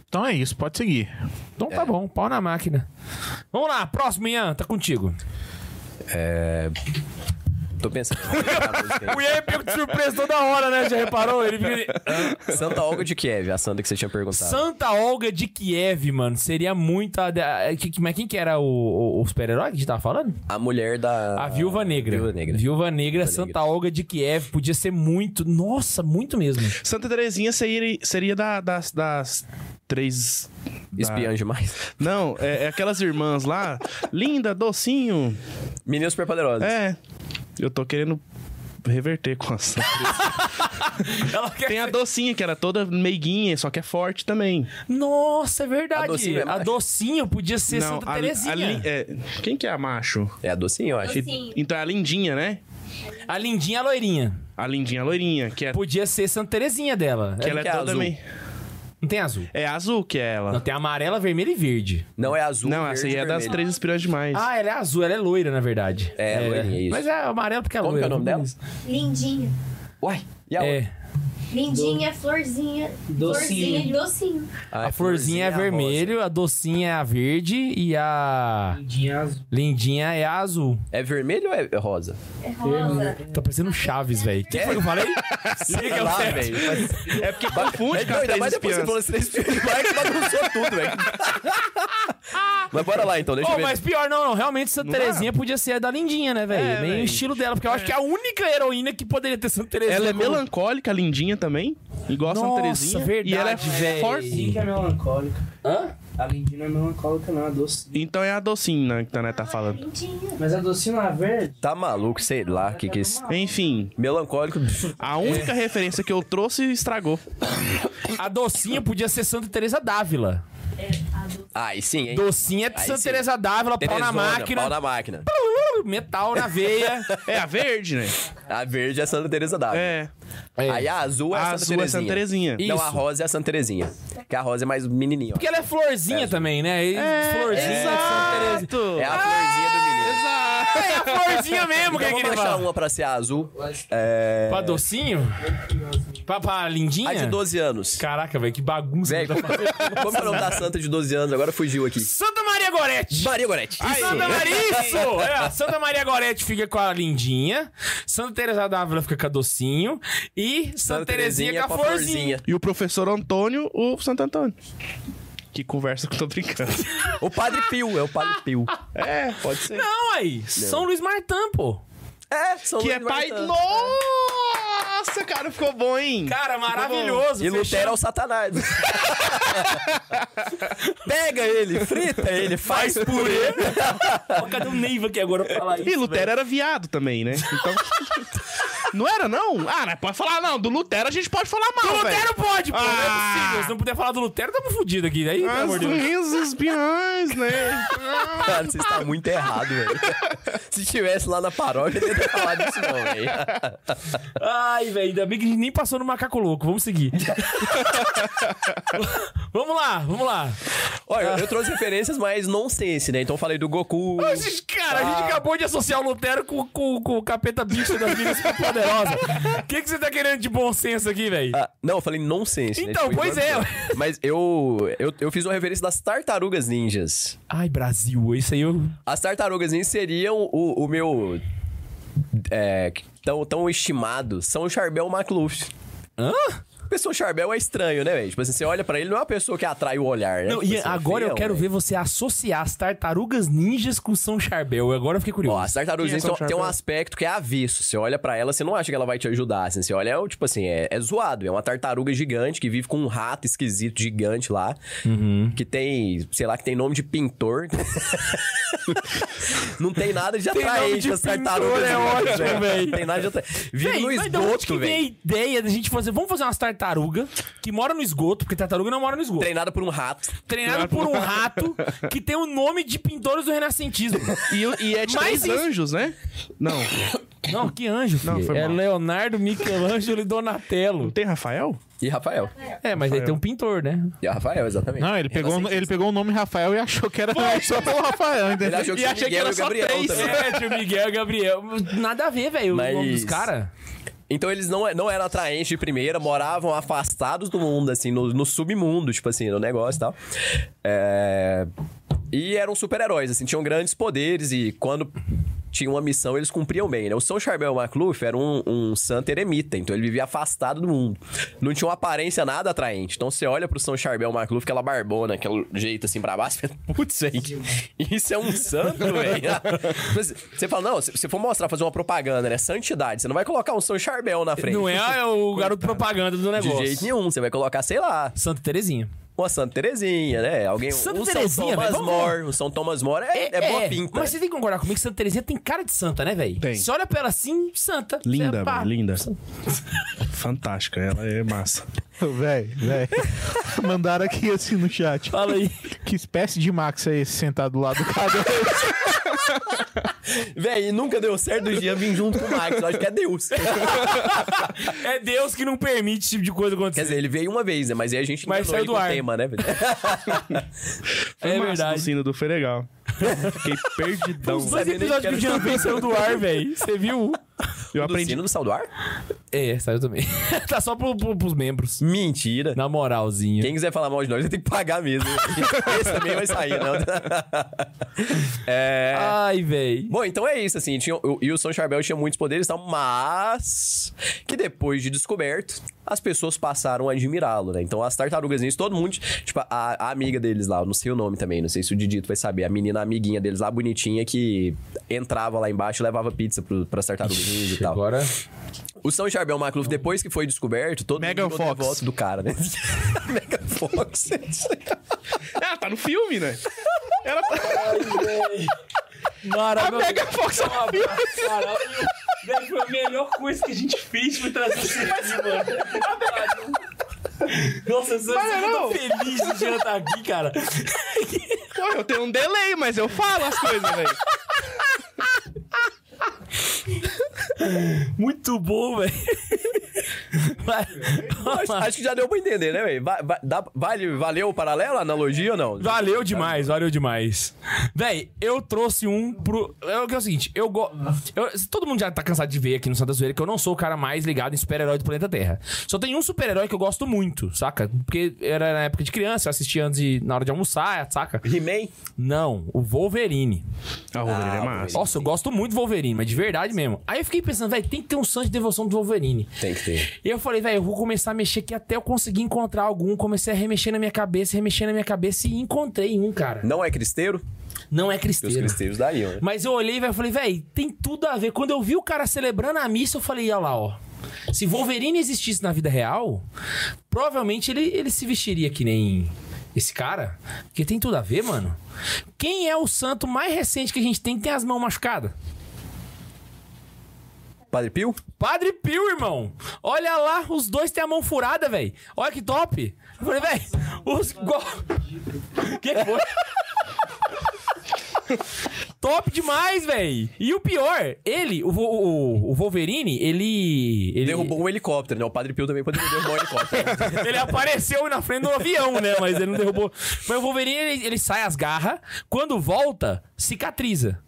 Então é isso, pode seguir. Então tá bom, pau na máquina. Vamos lá, próximo, Ian, tá contigo. É. Tô pensando. Tá O Ian é pego de surpresa toda hora, né? Já reparou? Ele fica... Santa Olga de Kiev, a santa que você tinha perguntado. Santa Olga de Kiev, mano. Seria muito. a- a- que- que- Mas quem que era o, o- o super-herói que a gente tava falando? A mulher da. A Viúva Negra. Viúva Negra. Viúva Negra, Santa Olga de Kiev. Podia ser muito. Nossa, muito mesmo. Santa Terezinha seria, seria da- das, das três. Espiã demais. Não, é, é aquelas irmãs lá. Linda, docinho. Meninas super poderosas. É. Eu tô querendo reverter com a Santa Teresa. Ela quer Tem a ser- docinha, que era toda meiguinha, só que é forte também. Nossa, é verdade. A A docinho docinho, é macho. podia ser Santa a- Terezinha. a A, Lin- é, quem que é a macho? É a docinho, eu acho. Sim. Então é a lindinha, né? lindinha loirinha. A lindinha loirinha, que é, Podia ser Santa Terezinha dela. que É- ela é, que é toda azul. mei- Não tem azul. É azul que é ela. Não, tem amarela, vermelha e verde. Não é azul. Não, essa aí verde é e das vermelho. três espirantes demais. Ah, ela é azul, ela é loira, na verdade. É, loirinha, isso. Mas é amarela porque é Como que loira. é o nome dela? Lindinha. Uai, e a outra? É. Lindinha, florzinha. Docinho. Florzinha e docinho. Ah, A florzinha é rosa. vermelho, a docinha é a verde e a Lindinha azul. lindinha é a azul. É vermelho ou é rosa? É rosa. Tá parecendo um Chaves, velho. O que É? foi que eu falei? Sei Sei o lá, certo. velho. É porque confunde com Ainda as três mais depois que você falou espiãs. as três espiãs, parece que bagunçou tudo, velho. Mas bora lá então, deixa Ô, eu ver. mas pior não, não. Realmente Santa Terezinha podia ser a da Lindinha, né, velho? É, Bem velho. o estilo dela, porque eu acho que é a única heroína que poderia ter Santa Terezinha. Ela é como- melancólica, lindinha também. Igual a Santa Nossa, Terezinha. verdade, e ela é véi. forte. Docinho é melancólica. Hã? A lindinha não é melancólica, não, é docinho. Então é a docinha né, que a Tané tá falando. Lindinha. Mas a docinho na verde. Tá maluco, sei lá, que que isso. Enfim, Melancólico. a única referência que eu trouxe estragou. A docinha podia ser Santa Teresa Dávila. É, a do... Ai, sim, hein? Docinha é de Aí Santa sim. Teresa Dávila, pau na Teresona, máquina, uh, Pau na máquina. metal na veia. É a verde, né? A verde é a Santa Teresa d'Ávila. É. É. Aí a azul é a, A Santa azul é Terezinha. Santa Terezinha. Não, a Isso. rosa é a Santa Terezinha. Porque a rosa é mais menininha. ó. Porque ela é florzinha também, né? E florzinha de Santa Teresa. É a florzinha do menino. É a florzinha mesmo Então que eu vamos queria achar falar. uma pra ser a azul. É... Pra docinho? Pra, pra A de lindinha? 12 anos. Caraca, velho, que bagunça. Véi, que eu como tô fazendo. como é o nome da santa de 12 anos? Agora fugiu aqui. Santa Maria Gorete! Maria Gorete. Santa Maria, isso! É, a Santa Maria Gorete fica com a lindinha, Santa Teresa d'Ávila fica com a docinho e Santa, Terezinha, com a florzinha. E o professor Antônio, o Santo Antônio. Que conversa que eu tô brincando. O Padre Pio, é o Padre Pio. É, pode ser. Não, aí, São Luís Martã, pô. É, São que é Luís pai. Martã. Nossa, cara, ficou bom, hein? Cara, maravilhoso. E Lutero é o Satanás. Pega ele, frita ele, faz purê. Ó, Cadê o Neiva aqui agora pra falar isso? E Lutero era viado também, né? Então. não era, não? Ah, não pode falar, não. Do Lutero a gente pode falar O mal. Lutero pode, pô. Não Ah. é possível. Se não puder falar do Lutero, tamo fudido aqui. é Aí, pelo amor de Deus. As espiãs, né? Cara, você está muito errado, velho. Se estivesse lá na paróquia, eu não ia falar disso não, velho. Ai, velho, ainda bem que a gente nem passou no macaco louco. Vamos seguir. vamos lá, vamos lá. Olha, eu trouxe referências, mas nonsense, né? Então eu falei do Goku. Mas, Cara, a gente acabou de associar o Lutero com, com- com o capeta bicho das minas superpoderosas. O que, que você tá querendo de bom senso aqui, velho? Ah, não, eu falei nonsense. né? Então, Tipo, pois é. Mas eu, eu, eu fiz uma referência das tartarugas ninjas. Ai, Brasil, isso aí eu. As tartarugas ninjas seriam o, o meu. É. Tão, tão estimado São Charbel Macluf. Hã? A pessoa Charbel é estranho, né, velho? Tipo assim, você olha pra ele, não é uma pessoa que atrai o olhar, né? Não, Tipo e assim, agora eu feião, quero velho. ver você associar as tartarugas ninjas com São Charbel. Agora eu fiquei curioso. Ó, as tartarugas Quem é ninjas São tem um Charbel? aspecto que é avesso. Você olha pra ela, você não acha que ela vai te ajudar. Assim. Você olha, é, tipo assim, é, é zoado. É uma tartaruga gigante que vive com um rato esquisito gigante lá. Uhum. Que tem, sei lá, que tem nome de pintor. não tem nada de Tem nome atraente de as pintor, tartarugas. é ninjas, ótimo, velho. velho. Não tem nada de atraente. Vive Véi, no mas da onde que vem esgoto, a velho. ideia da gente fazer. Vamos fazer umas tartarugas que moram no esgoto, porque tartaruga não mora no esgoto. Treinada por um rato. Treinado por um rato que tem o nome de pintores do renascentismo. E, o- e é de Mas três isso- anjos, né? Não. Não, que anjo, filho. Não, foi é mal. Leonardo, Michelangelo e Não Donatello. tem Rafael? E Rafael. É, mas aí tem um pintor, né? E Rafael, exatamente. É assim Não, ele pegou, ele pegou o nome Rafael e achou que era só pelo Rafael, Ele entendeu? achou que E tinha achei que Miguel era e o só Gabriel três. também. É, tio Miguel, Gabriel. Nada a ver, velho, o nome Mas- dos caras. Então eles não, não eram atraentes de primeira, moravam afastados do mundo, assim, no, no submundo, tipo assim, no negócio e tal. É, E eram super-heróis, assim, tinham grandes poderes e quando tinham uma missão eles cumpriam bem, né? O São Charbel Macluf era um, um santo eremita, então ele vivia afastado do mundo. Não tinha uma aparência nada atraente. Então você olha pro São Charbel Macluf, aquela barbona, aquele jeito assim pra baixo, você pensa, putz, velho, isso é um santo, velho. Mas Você fala, não, se você for mostrar, fazer uma propaganda, né? Santidade, você não vai colocar um São Charbel na frente. Não é o garoto propaganda do De é negócio. jeito nenhum, você vai colocar, sei lá, Santa Terezinha. uma Santa Terezinha, né? Alguém, Santa o Terezinha, São Thomas velho, vamos- More. O São Thomas More é, é, boa pinta. Mas você tem que concordar comigo que Santa Terezinha tem cara de santa, né, velho? Tem. Você olha pra ela assim, santa. Linda, Você, pá, velho, linda. Fantástica, ela é massa. Véi, véi. Mandaram aqui assim no chat. Fala aí. Que espécie de Max é esse sentado do lado do cara? Véi, nunca deu certo o Jean vir junto com o Max. Eu acho que é Deus. É Deus que não permite esse tipo de coisa acontecer. Quer dizer, ele veio uma vez, né? Mas aí a gente Mas enganou saiu ele do com ar. o tema, né? velho? Foi é massa verdade. do sino do foi legal. Fiquei perdidão. Os dois Sabia nem que episódios que o era Jean fez saiu do ar, velho. Você viu? Do Eu aprendi sino do sal do ar? É, saiu também. tá só pro, pro- pros membros. Mentira. Na moralzinha. Hum. Quem quiser falar mal de nós, vai ter que pagar mesmo. Esse também vai sair, não. é... Ai, velho. Bom, então é isso, assim. Tinha, o, e o São Charbel tinha muitos poderes e tal, mas que depois de descoberto, as pessoas passaram a admirá-lo, né? Então as tartarugazinhas, todo mundo. Tipo, a, a amiga deles lá, eu não sei o nome também, não sei se o Didito vai saber. A menina amiguinha deles lá, bonitinha, que entrava lá embaixo e levava pizza pro, pras tartarugazinhas e tal. Agora. O São Charbel Macluf, depois que foi descoberto, todo Megan mundo ficou Fox. devoto do cara, né? Megan Fox. Ela tá no filme, né? Ela tá... Maravilhoso. Mega Fox. Velho, foi a melhor coisa que a gente fez foi trazer você aqui, mano. Nossa, eu sou Eu tô feliz de Jean tá aqui, cara. Pô, eu tenho um delay, mas eu falo as coisas, velho. Muito bom, velho. acho, acho que já deu pra entender, né, velho? Va- va- dá- vale, valeu o paralelo, a analogia ou não? Valeu demais, valeu demais. Véi, eu trouxe um pro. É o que é o seguinte, eu gosto. Todo mundo já tá cansado de ver aqui no Santa Zoeira que eu não sou o cara mais ligado em super-herói do planeta Terra. Só tem um super-herói que eu gosto muito, saca? Porque era na época de criança, eu assistia antes de, na hora de almoçar, saca? He-Man? Não, o Wolverine. A Wolverine é massa. Nossa, eu gosto muito do Wolverine, mas de verdade mesmo. Aí eu fiquei pensando, velho, tem que ter um sangue de devoção do Wolverine. Tem que ter. E eu falei, velho, eu vou começar a mexer aqui até eu conseguir encontrar algum. Comecei a remexer na minha cabeça, remexer na minha cabeça e encontrei um, cara. Não é cristeiro? Não é Porque os cristeiro. cristeiros dariam, né? Mas eu olhei e véi, eu falei, velho, tem tudo a ver. Quando eu vi o cara celebrando a missa, eu falei, olha lá, ó. Se Wolverine existisse na vida real, provavelmente ele, ele se vestiria que nem esse cara. Porque tem tudo a ver, mano. Quem é o santo mais recente que a gente tem que tem as mãos machucadas? Padre Pio? Padre Pio, irmão. Olha lá, os dois têm a mão furada, velho. Olha que top. Eu falei, velho, os... Go... que que foi? top demais, velho. E o pior, ele, o, Vo- o, o Wolverine, ele... ele... Derrubou um helicóptero, né? O Padre Pio também poderia derrubar um helicóptero. Ele apareceu na frente do avião, né? Mas ele não derrubou. Mas o Wolverine, ele, ele sai as garras. Quando volta, cicatriza.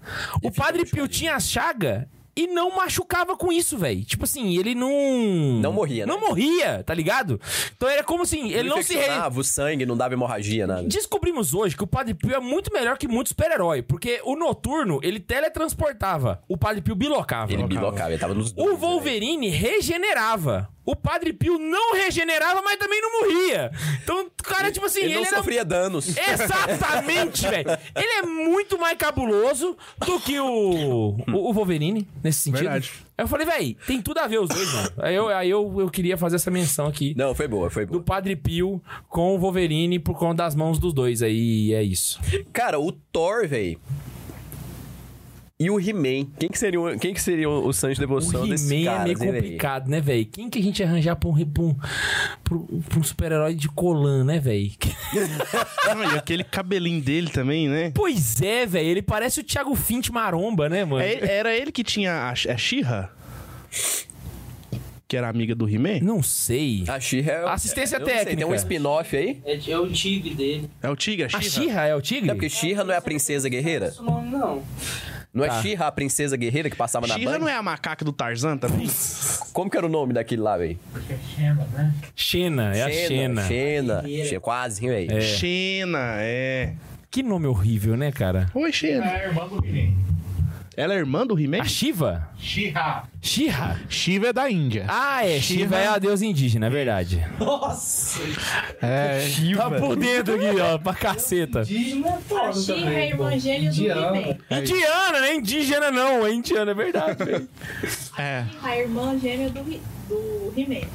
O Padre Pio tinha a chaga e não machucava com isso, velho. Tipo assim, ele não... Não morria, né? Não morria, tá ligado? Então era como assim, ele, não se... Re... infeccionava o sangue, não dava hemorragia, nada. Descobrimos hoje que o Padre Pio é muito melhor que muito super-herói. Porque o Noturno, ele teletransportava. O Padre Pio bilocava. Ele bilocava, ele tava nos dois, O né? Wolverine regenerava. O Padre Pio não regenerava, mas também não morria. Então, o cara, tipo assim, Ele ele, não era. sofria danos. Exatamente, velho. Ele é muito mais cabuloso do que o, o, o Wolverine, nesse sentido. Verdade. Aí eu falei, velho, tem tudo a ver os dois, mano. Aí eu, aí eu, eu queria fazer essa menção aqui Não, foi boa, foi boa. do Padre Pio com o Wolverine por conta das mãos dos dois. Aí e é isso. Cara, o Thor, velho. E o He-Man. Quem que seria o, quem que seria o o sangue de devoção O desses He-Man é caras, meio hein, véi? complicado, né, velho? Quem que a gente ia arranjar pra um, re- pra um, pra um- pra um super-herói de Colan, né, velho? Ah, e aquele cabelinho dele também, né? Pois é, velho. Ele parece o Thiago Fint maromba, né, mano? É ele- era ele que tinha a, a She-Ra? Que era amiga do He-Man? Não sei. A She-Ra é- Assistência eu não sei, técnica. tem um spin-off aí? É, é o tigre dele. É o Tigre, a A She-Ra? Xirra é o É porque tigre? She-Ra não é a princesa guerreira? Não, nome não. Não Tá. é She-Ra a princesa guerreira que passava na She-Ra Band? não é a macaca do Tarzan também? Como que era o nome daquele lá, velho? Xena, é a É. Xena. Xena. Xena. Quase, hein, velho? Xena, é. Que nome horrível, né, cara? Oi, Xena. A irmã do He-Man. Ela é irmã do He-Man? A Shiva? She-Ra. Xirra? Shiva é da Índia. Ah, é. Shiva é a deusa indígena, é verdade. Nossa! É. Tá por dentro aqui, ó, pra caceta. Digno é A foda Xirra é também. pô. irmã gêmea do Indiana. He-Man. Indiana, né? Indígena não, é indiana, é verdade. velho. é. A irmã gêmea do He- do He-Man.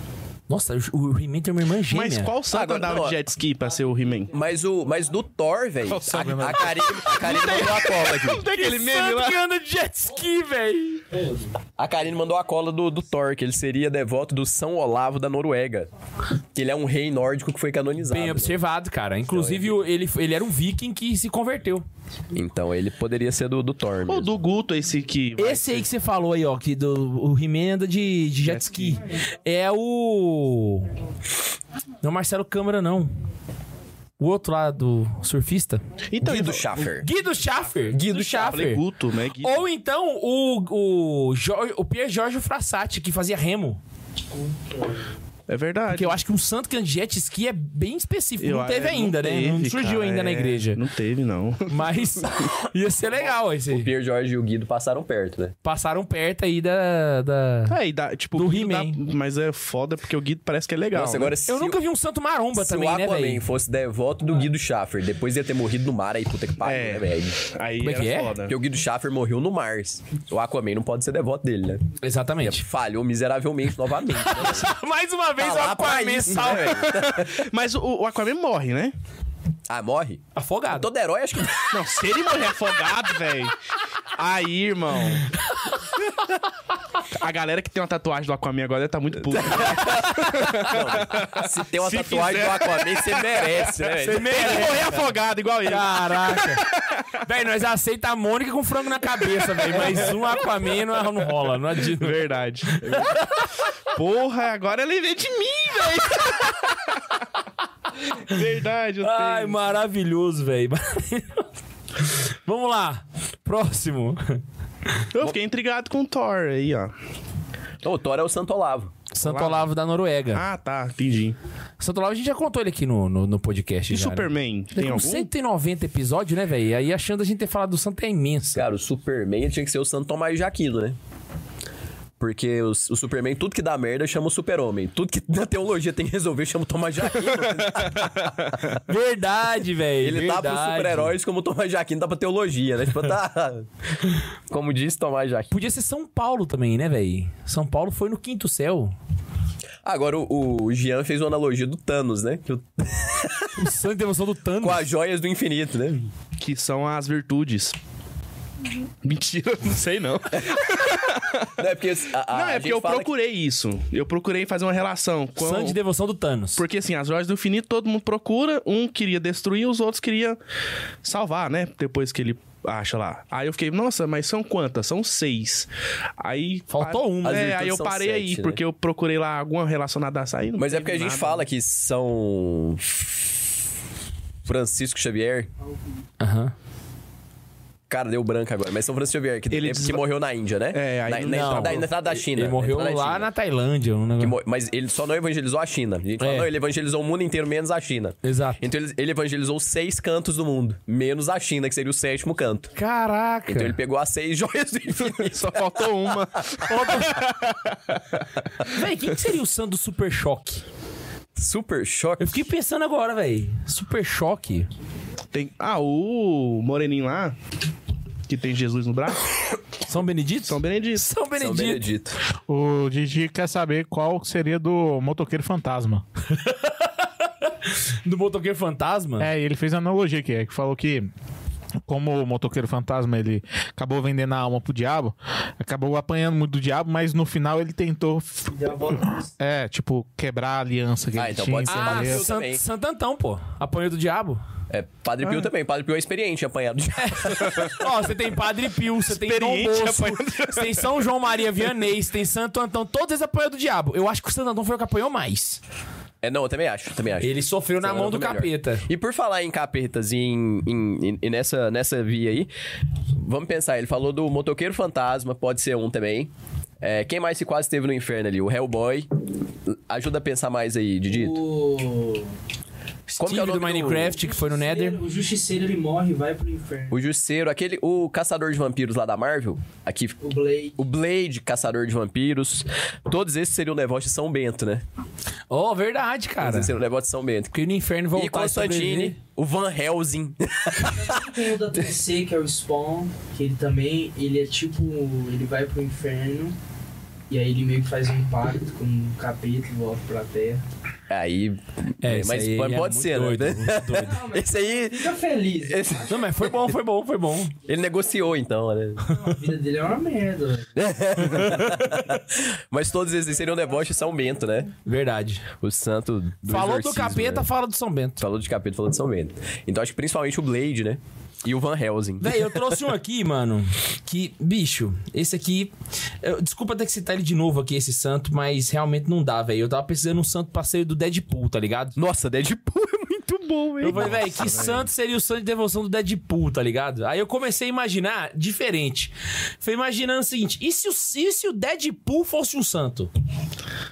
Nossa, o- o He-Man tem uma irmã gêmea. Mas qual santo Agora, andava não, ó. de jet ski pra ser o He-Man? Mas, o, mas do Thor, velho, Qual sabe, a, mano? a Karine, a Karine mandou a cola aqui. tem aquele Santo que anda de jet ski, velho. A Karine mandou a cola do, do Thor, que ele seria devoto do São Olavo da Noruega. Que ele é um rei nórdico que foi canonizado. Bem né? observado, cara. Inclusive, o- ele, ele era um viking que se converteu. Então ele poderia ser do, do Thor. Ou mesmo. do Guto, esse que. Esse aí que você falou aí, ó, que do, o He-Man anda de, de jet ski. É o. Não é o Marcelo Câmara, não. O outro lá do surfista. Então, Guido eu- Schaffer. Guido Schaffer. Guido Falei Schaffer. Guto, né? Guido. Ou então o, o, Jo- o Pierre Jorge Frassati, que fazia remo. É verdade. Porque eu acho que um santo que anda de jet ski é bem específico. Eu- não teve é, ainda, né? teve, não surgiu cara, ainda na é, igreja. Não teve, não. Mas ia ser legal esse. Pierre Jorge e o Guido passaram perto, né? Passaram perto aí da. da- Aí, dá, tipo, Do o Guido He-Man. dá- Mas é foda porque o Guido parece que é legal. Nossa, né? agora se, Eu nunca vi um santo maromba se também, o né, Aquaman velho? Ah. fosse devoto do Guido Schaffer, depois ia ter morrido no mar aí, puta que pariu, É. né, velho? Aí Como é que era é? foda. Porque o Guido Schaffer morreu no mar. O Aquaman não pode ser devoto dele, né? Exatamente. Falhou miseravelmente novamente. Né? Mais uma vez Tá o lá pra Aquaman isso, né, salva. velho? Mas o, o Aquaman morre, né? Ah, morre? Afogado. Todo herói acho que. Não, se ele morrer afogado, velho. Aí, irmão. A galera que tem uma tatuagem do Aquaman agora tá muito puta. Se tem uma Se tatuagem quiser. do Aquaman, você merece, né? velho? Ele morrer afogado, igual ele. Caraca. velho, nós aceita a Mônica com frango na cabeça, velho. Mas um Aquaman não, não rola. Não adianta. Verdade. Porra, agora ele vem de mim, velho. Verdade, eu Ai, tenho. maravilhoso, velho. Vamos lá. Próximo. Eu fiquei intrigado com o Thor aí, ó. Ô, O Thor é o Santo Olavo. Santo Olavo da Noruega. Ah, tá, entendi. Santo Olavo a gente já contou ele aqui no, no, no podcast. E já, né? Superman, tem Tem algum? uns 190 episódios, né, velho? Aí achando a gente ter falado do santo é imensa. Cara, o Superman ele tinha que ser o Santo Tomás de Aquino, né? Porque o, o Superman, tudo que dá merda, chama o Super-Homem. Tudo que na teologia tem que resolver, chama o Tomás de Aquino. Verdade, velho. Ele tá pros verdade. super-heróis como o Tomás de Aquino tá pra teologia, né? Tipo, tá... Como disse Tomás de Aquino. Podia ser São Paulo também, né, velho? São Paulo foi no quinto céu. Agora, o, o Jean fez uma analogia do Thanos, né? Que o- O santo e devoção do Thanos. Com as joias do infinito, né? Que são as virtudes. Mentira, eu não sei não. Não, é porque... a- a- não, a é gente porque eu fala que- procurei isso. Eu procurei fazer uma relação com... Santo e devoção do Thanos. Porque assim, as joias do infinito todo mundo procura, um queria destruir, os outros queria salvar, né? Depois que ele acha lá. Aí eu fiquei, nossa, mas são quantas? São seis. Aí. Faltou uma. As É, virtudes aí eu são parei sete, aí, né? porque eu procurei lá alguma relacionada a açaí. não Mas é teve porque a gente nada. fala que são... Francisco Xavier... Aham. Cara, deu branco agora, mas São Francisco Xavier, que, Ele é porque desva- morreu na Índia, né? É, aí na, não- na não. entrada, na entrada da China. Ele morreu na entrada da lá China. na Tailândia. Um Que negócio... mo- Mas ele só não evangelizou a China. A gente fala, É. não, ele evangelizou o mundo inteiro, menos a China. Exato. Então ele, ele evangelizou seis cantos do mundo, menos a China, que seria o sétimo canto. Caraca. Então ele pegou as seis joias do infinito. Só faltou uma. Véi, quem que seria o santo do Super Choque? Super choque. Eu fiquei pensando agora, velho. Super Choque. Tem... Ah, o Moreninho lá, que tem Jesus no braço. São Benedito? São Benedito. São São Benedito. Benedito. O Didi quer saber qual seria do motoqueiro fantasma. Do motoqueiro fantasma? Ah. É, e ele fez a analogia aqui, é, que falou que como o motoqueiro fantasma ele acabou vendendo a alma pro diabo, acabou apanhando muito do diabo, mas no final ele tentou f- Deu a volta no é, tipo, quebrar a aliança que Ah, ele então tinha. pode ser Ah, Eu entendeu? San- também. Santo Antão, pô. Apanhou do diabo. É, Padre Ah. Pio também. Padre Pio é experiente, apanhado. Ó, você tem Padre Pio, você tem Dom Experiente Bosco, você tem São João Maria Vianney, você tem Santo Antão. Todos eles apanham do diabo. Eu acho que o Santo Antão foi o que apanhou mais. É, não, eu também acho, também acho. Ele sofreu na Então, mão eu do tô melhor. capeta. E por falar em capetas e, em, em- em- e nessa, nessa via aí, vamos pensar, ele falou do motoqueiro fantasma, pode ser um também. É, quem mais se quase teve no inferno ali? O Hellboy. Ajuda a pensar mais aí, Didi. O... Como que é o Steve do nome do- Minecraft, que foi no Nether. O justiceiro ele morre e vai pro inferno. O Justiceiro, aquele. O caçador de vampiros lá da Marvel. Aqui. O Blade. O Blade, caçador de vampiros. Todos esses seriam devotos de São Bento, né? Ó, Oh, verdade, cara. Todos esses seriam devotos de São Bento. Porque no inferno E voltar Constantine, o Van Helsing. Tem o da DC, que é o Spawn, que ele também, ele é tipo, ele vai pro inferno E aí ele meio que faz um pacto com o capeta e volta pra terra. Aí. É, isso mas aí pode, é pode muito ser, doido, né? muito doido. Esse aí. Fica feliz. esse- Não, mas foi bom, foi bom, foi bom. ele negociou, então, né? A vida dele é uma merda. velho. Mas todos esses seriam deboche e São Bento, né? Verdade. O santo. Do Falou do exorcismo, capeta, né? fala do São Bento. Falou de capeta, falou de São Bento. Então acho que principalmente o Blade, né? E o Van Helsing. Véi, eu trouxe um aqui, mano. Que, bicho, esse aqui. eu- desculpa ter que citar ele de novo aqui, esse santo, mas realmente não dá, velho. Eu tava precisando de um santo passeio do Deadpool, tá ligado? Nossa, Deadpool é muito bom, hein? Eu falei, velho, que santo seria o santo de devoção do Deadpool, tá ligado? Aí eu comecei a imaginar diferente. Foi imaginando o seguinte: e se o, e se o Deadpool fosse um santo?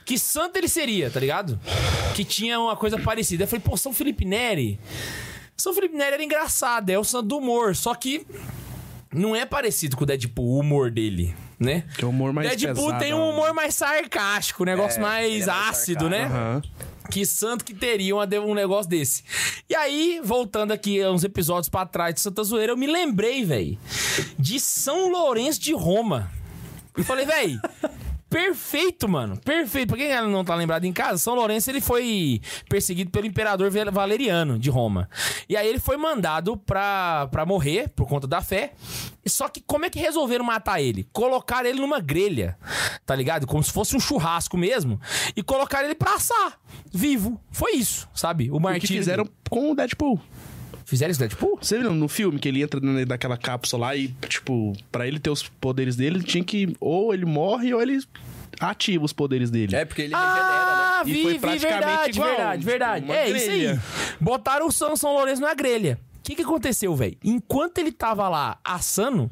Que santo ele seria, tá ligado? Que tinha uma coisa parecida. Eu falei, pô, São Felipe Neri. São Felipe Neri era engraçado, é o santo do humor, só que não é parecido com o Deadpool, o humor dele, né? Que é o humor mais Deadpool pesado, tem né? um humor mais sarcástico, um negócio É, mais ele é mais ácido, né? Aham. Que santo que teria uma de- um negócio desse. E aí, voltando aqui a uns episódios pra trás de Santa Zoeira, eu me lembrei, velho, de São Lourenço de Roma. Eu falei, velho. Perfeito, mano. Perfeito. Pra quem não tá lembrado em casa, São Lourenço ele foi perseguido pelo imperador Vel- Valeriano de Roma. E aí ele foi mandado pra, pra morrer por conta da fé. E Só que como é que resolveram matar ele? Colocaram ele numa grelha, tá ligado? Como se fosse um churrasco mesmo. E colocaram ele pra assar, vivo. Foi isso, sabe? O O que martírio. fizeram com o Deadpool. Fizeram isso, né? Tipo, Você viu no filme que ele entra dentro daquela cápsula lá e, tipo, pra ele ter os poderes dele, ele tinha que. Ou ele morre ou ele ativa os poderes dele. É, porque ele Ah, né? E vi, foi vi, praticamente verdade, igual, verdade, verdade. uma É grelha. isso aí. Botaram o São São Lourenço na grelha. O que, que aconteceu, velho? Enquanto ele tava lá assando,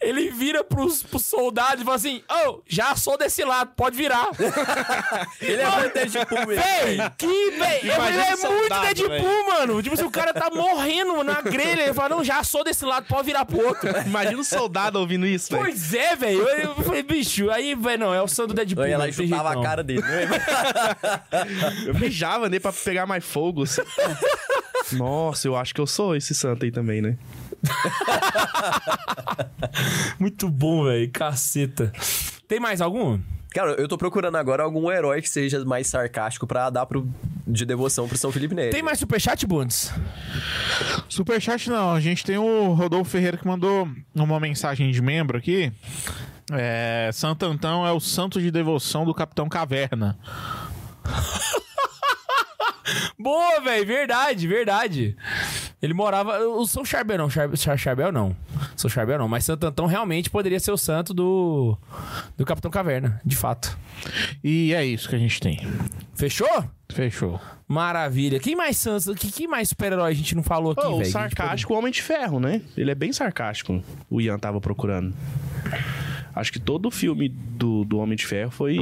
ele vira pros, pros soldados e fala assim: Ô, já sou desse lado, pode virar. regenera. Ele é muito Deadpool mesmo. Véi, que, véi, eu falei, Imagina é o soldado, muito Deadpool, mano. Tipo, se o cara tá morrendo na grelha, ele fala: Não, já sou desse lado, pode virar pro outro. Imagina o soldado ouvindo isso, velho. Pois é, velho. Eu, eu falei, bicho, aí, velho, não, é o santo Deadpool. Eu ia lá não e tem jeito, chutava não. a cara dele. né? Eu mijava nele pra pegar mais fogo. assim. Nossa, eu acho que eu sou esse santo aí também, né? Muito bom, velho. Caceta. Tem mais algum? Cara, eu tô procurando agora algum herói que seja mais sarcástico pra dar pro, de devoção pro São Felipe Neri. Tem mais superchat, Bundes? Superchat não, a gente tem o Rodolfo Ferreira que mandou uma mensagem de membro aqui. É, Santo Antão é o santo de devoção do Capitão Caverna. Boa, velho. Verdade, verdade. Ele morava. O São Charbel não. Char, Char- Charbel não. São Charbel não. Mas Santo Antão realmente poderia ser o santo do. Do Capitão Caverna, de fato. E é isso que a gente tem. Fechou? Fechou. Maravilha. Quem mais santo? Que, que mais super-herói a gente não falou aqui, Ô, velho? o sarcástico Homem de Ferro, né? Ele é bem sarcástico, o Ian tava procurando. Acho que todo filme do, do Homem de Ferro foi.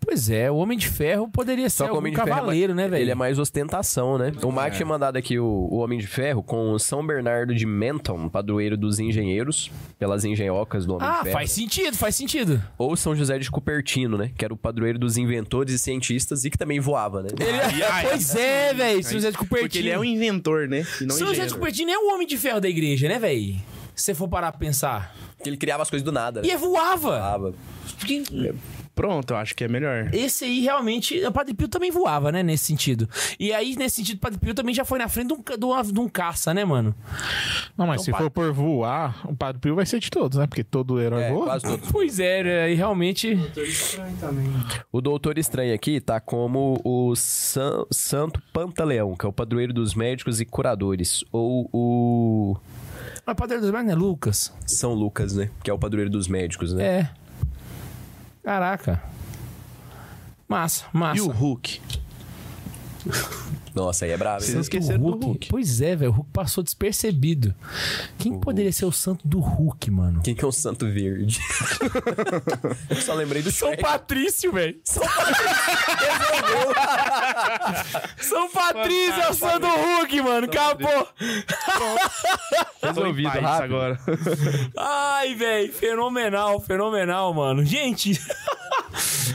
Pois é, o Homem de Ferro poderia ser Só que o algum Homem de cavaleiro, Ferro, é mais- né, velho? É. Ele é mais ostentação, né? O Mark tinha mandado aqui o, o Homem de Ferro com o São Bernardo de Menton, padroeiro dos engenheiros, pelas engenhocas do Homem Ah, de Ferro. faz sentido, faz sentido. Ou São José de Cupertino, né? Que era o padroeiro dos inventores e cientistas e que também voava, né? Ele- pois é, velho. São José de Cupertino. Porque ele é um inventor, né? E São não José de engenheiro. Cupertino é o homem de ferro da igreja, né, velho? Se você for parar pra pensar. Que ele criava as coisas do nada, né? E é voava. Voava. Porque Pronto, eu acho que é melhor. Esse aí realmente. O Padre Pio também voava, né? Nesse sentido. E aí, nesse sentido, o Padre Pio também já foi na frente de um, ca- de uma- de um caça, né, mano? Não, Então mas se for por voar, o Padre Pio vai ser de todos, né? Porque todo herói É, voa. quase todos. Pois é, né, e realmente. Doutor Estranho também. O Doutor Estranho aqui tá como o San- Santo Pantaleão, que é o padroeiro dos médicos e curadores. Ou o Mas o Padre dos Mares não é Lucas? São Lucas, né? Que é o padroeiro dos médicos, né? É. Caraca. Massa, massa. E o Hulk? Nossa, aí é brabo, hein? Vocês esqueceram do Hulk. Pois é, velho. O Hulk passou despercebido. Quem que poderia ser o santo do Hulk, mano? Quem que é o Santo Verde? Eu só lembrei do Shrek. Patrício, velho. São Patrício é o santo do Hulk, mano. Acabou. Resolvido Foi em paz rápido. agora. Ai, velho, fenomenal, fenomenal, mano. Gente,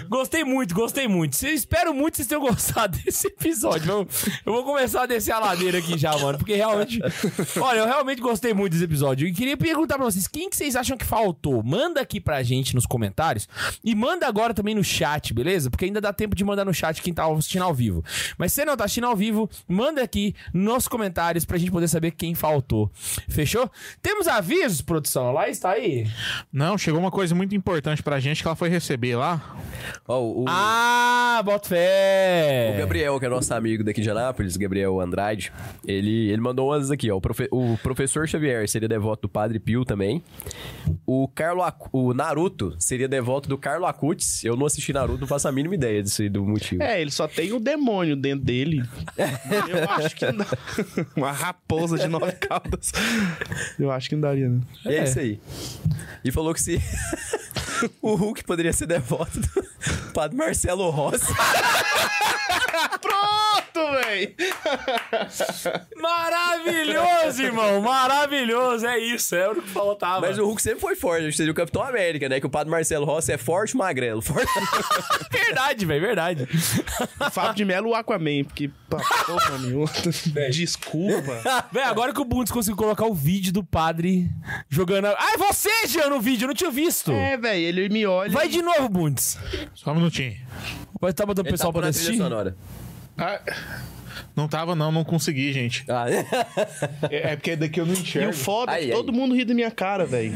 Gostei muito, gostei muito. Cê- Espero muito que vocês tenham gostado desse episódio. Vamos- eu vou começar a descer a ladeira aqui já, mano. Porque realmente. Olha, eu realmente gostei muito desse episódio. E queria perguntar pra vocês: quem que vocês acham que faltou? Manda aqui pra gente nos comentários. E manda agora também no chat, beleza? Porque ainda dá tempo de mandar no chat quem tá assistindo ao vivo. Mas se você não tá assistindo ao vivo, manda aqui nos comentários pra gente poder saber quem faltou. Fechou? Temos avisos, produção. Lá está aí. Não, chegou uma coisa muito importante pra gente que ela foi receber lá. Ó, o, Ah, bota fé. o Gabriel, que é nosso amigo daqui de Anápolis, Gabriel Andrade, ele, ele mandou umas aqui, ó. O, profe- o professor Xavier seria devoto do Padre Pio também. O Carlo Ac- o Naruto seria devoto do Carlo Acutis. Eu não assisti Naruto, não faço a mínima ideia disso aí, do motivo. É, ele só tem o demônio dentro dele. Eu acho que não. Uma raposa de nove caudas. Eu acho que não daria, né? E é isso aí. E falou que se. o Hulk poderia ser devoto do Padre Marcelo Rossi. Pronto, véi! Maravilhoso, irmão! Maravilhoso! É isso, é o que faltava. Mas o Hulk sempre foi forte, a gente seria o Capitão América, né? Que o Padre Marcelo Rossi é forte e magrelo. Forte... Verdade, velho, verdade. Fábio de Melo, o Aquaman, porque pá, porra nenhuma. Desculpa. Véi, agora que o Bundes conseguiu colocar o vídeo do padre jogando. a- Ah, é você, Jean, no vídeo, eu não tinha visto! É, velho, ele me olha. Vai de novo, Bundes. Só um minutinho. Vai estar botando o pessoal Ele tá pondo pra a trilha assistir? sonora. Ah, não tava, não, não consegui, gente. Ah, É, é porque daqui eu não E o enxergo. foda é que Ai, ai. todo mundo ri da minha cara, velho.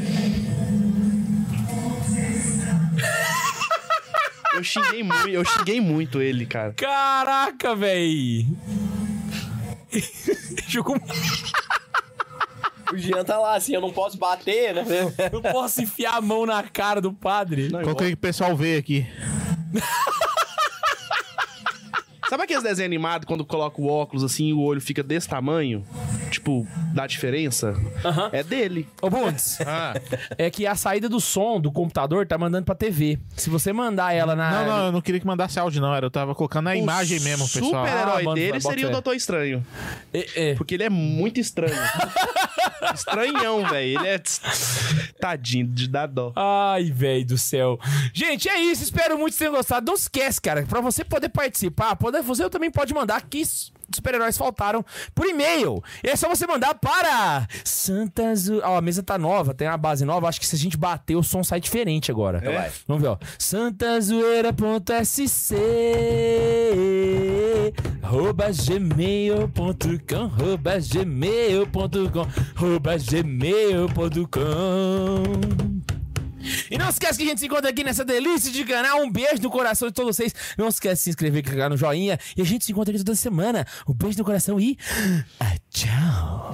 Eu xinguei muito, eu xinguei muito ele, cara. Caraca, véi! Jogou. o Jean tá lá assim, eu não posso bater, né? Eu posso enfiar a mão na cara do padre. Coloquei que o pessoal vê aqui. Sabe aqueles desenhos animados quando coloca o óculos assim e o olho fica desse tamanho? Tipo, dá diferença? É dele. Ô, Bundes, é que a saída do som do computador tá mandando pra TV. Se você mandar ela na. Não, não, eu não queria que mandasse áudio, não. Era, eu tava colocando É a imagem mesmo, pessoal. super Ah, herói mano, dele bota seria o fé. Doutor Estranho. É, é. Porque ele é muito estranho. Estranhão, velho. Ele é. Tadinho de dar dó. Ai, velho do céu. Gente, é isso. Espero muito que vocês tenham gostado. Não esquece, cara, pra você poder participar, pode, você também pode mandar que s- super-heróis faltaram por e-mail. E é só você mandar para Santas... Ó, a mesa tá nova, tem uma base nova. Acho que se a gente bater, o som sai diferente agora. vai. Vamos ver, ó. santazoeira.sc arroba gmail.com arroba gmail.com arroba gmail.com e não esquece que a gente se encontra aqui nessa delícia de canal. Um beijo no coração de todos vocês. Não esquece de se inscrever, clicar no joinha. E a gente se encontra aqui toda semana. Um beijo no coração e... ah, tchau!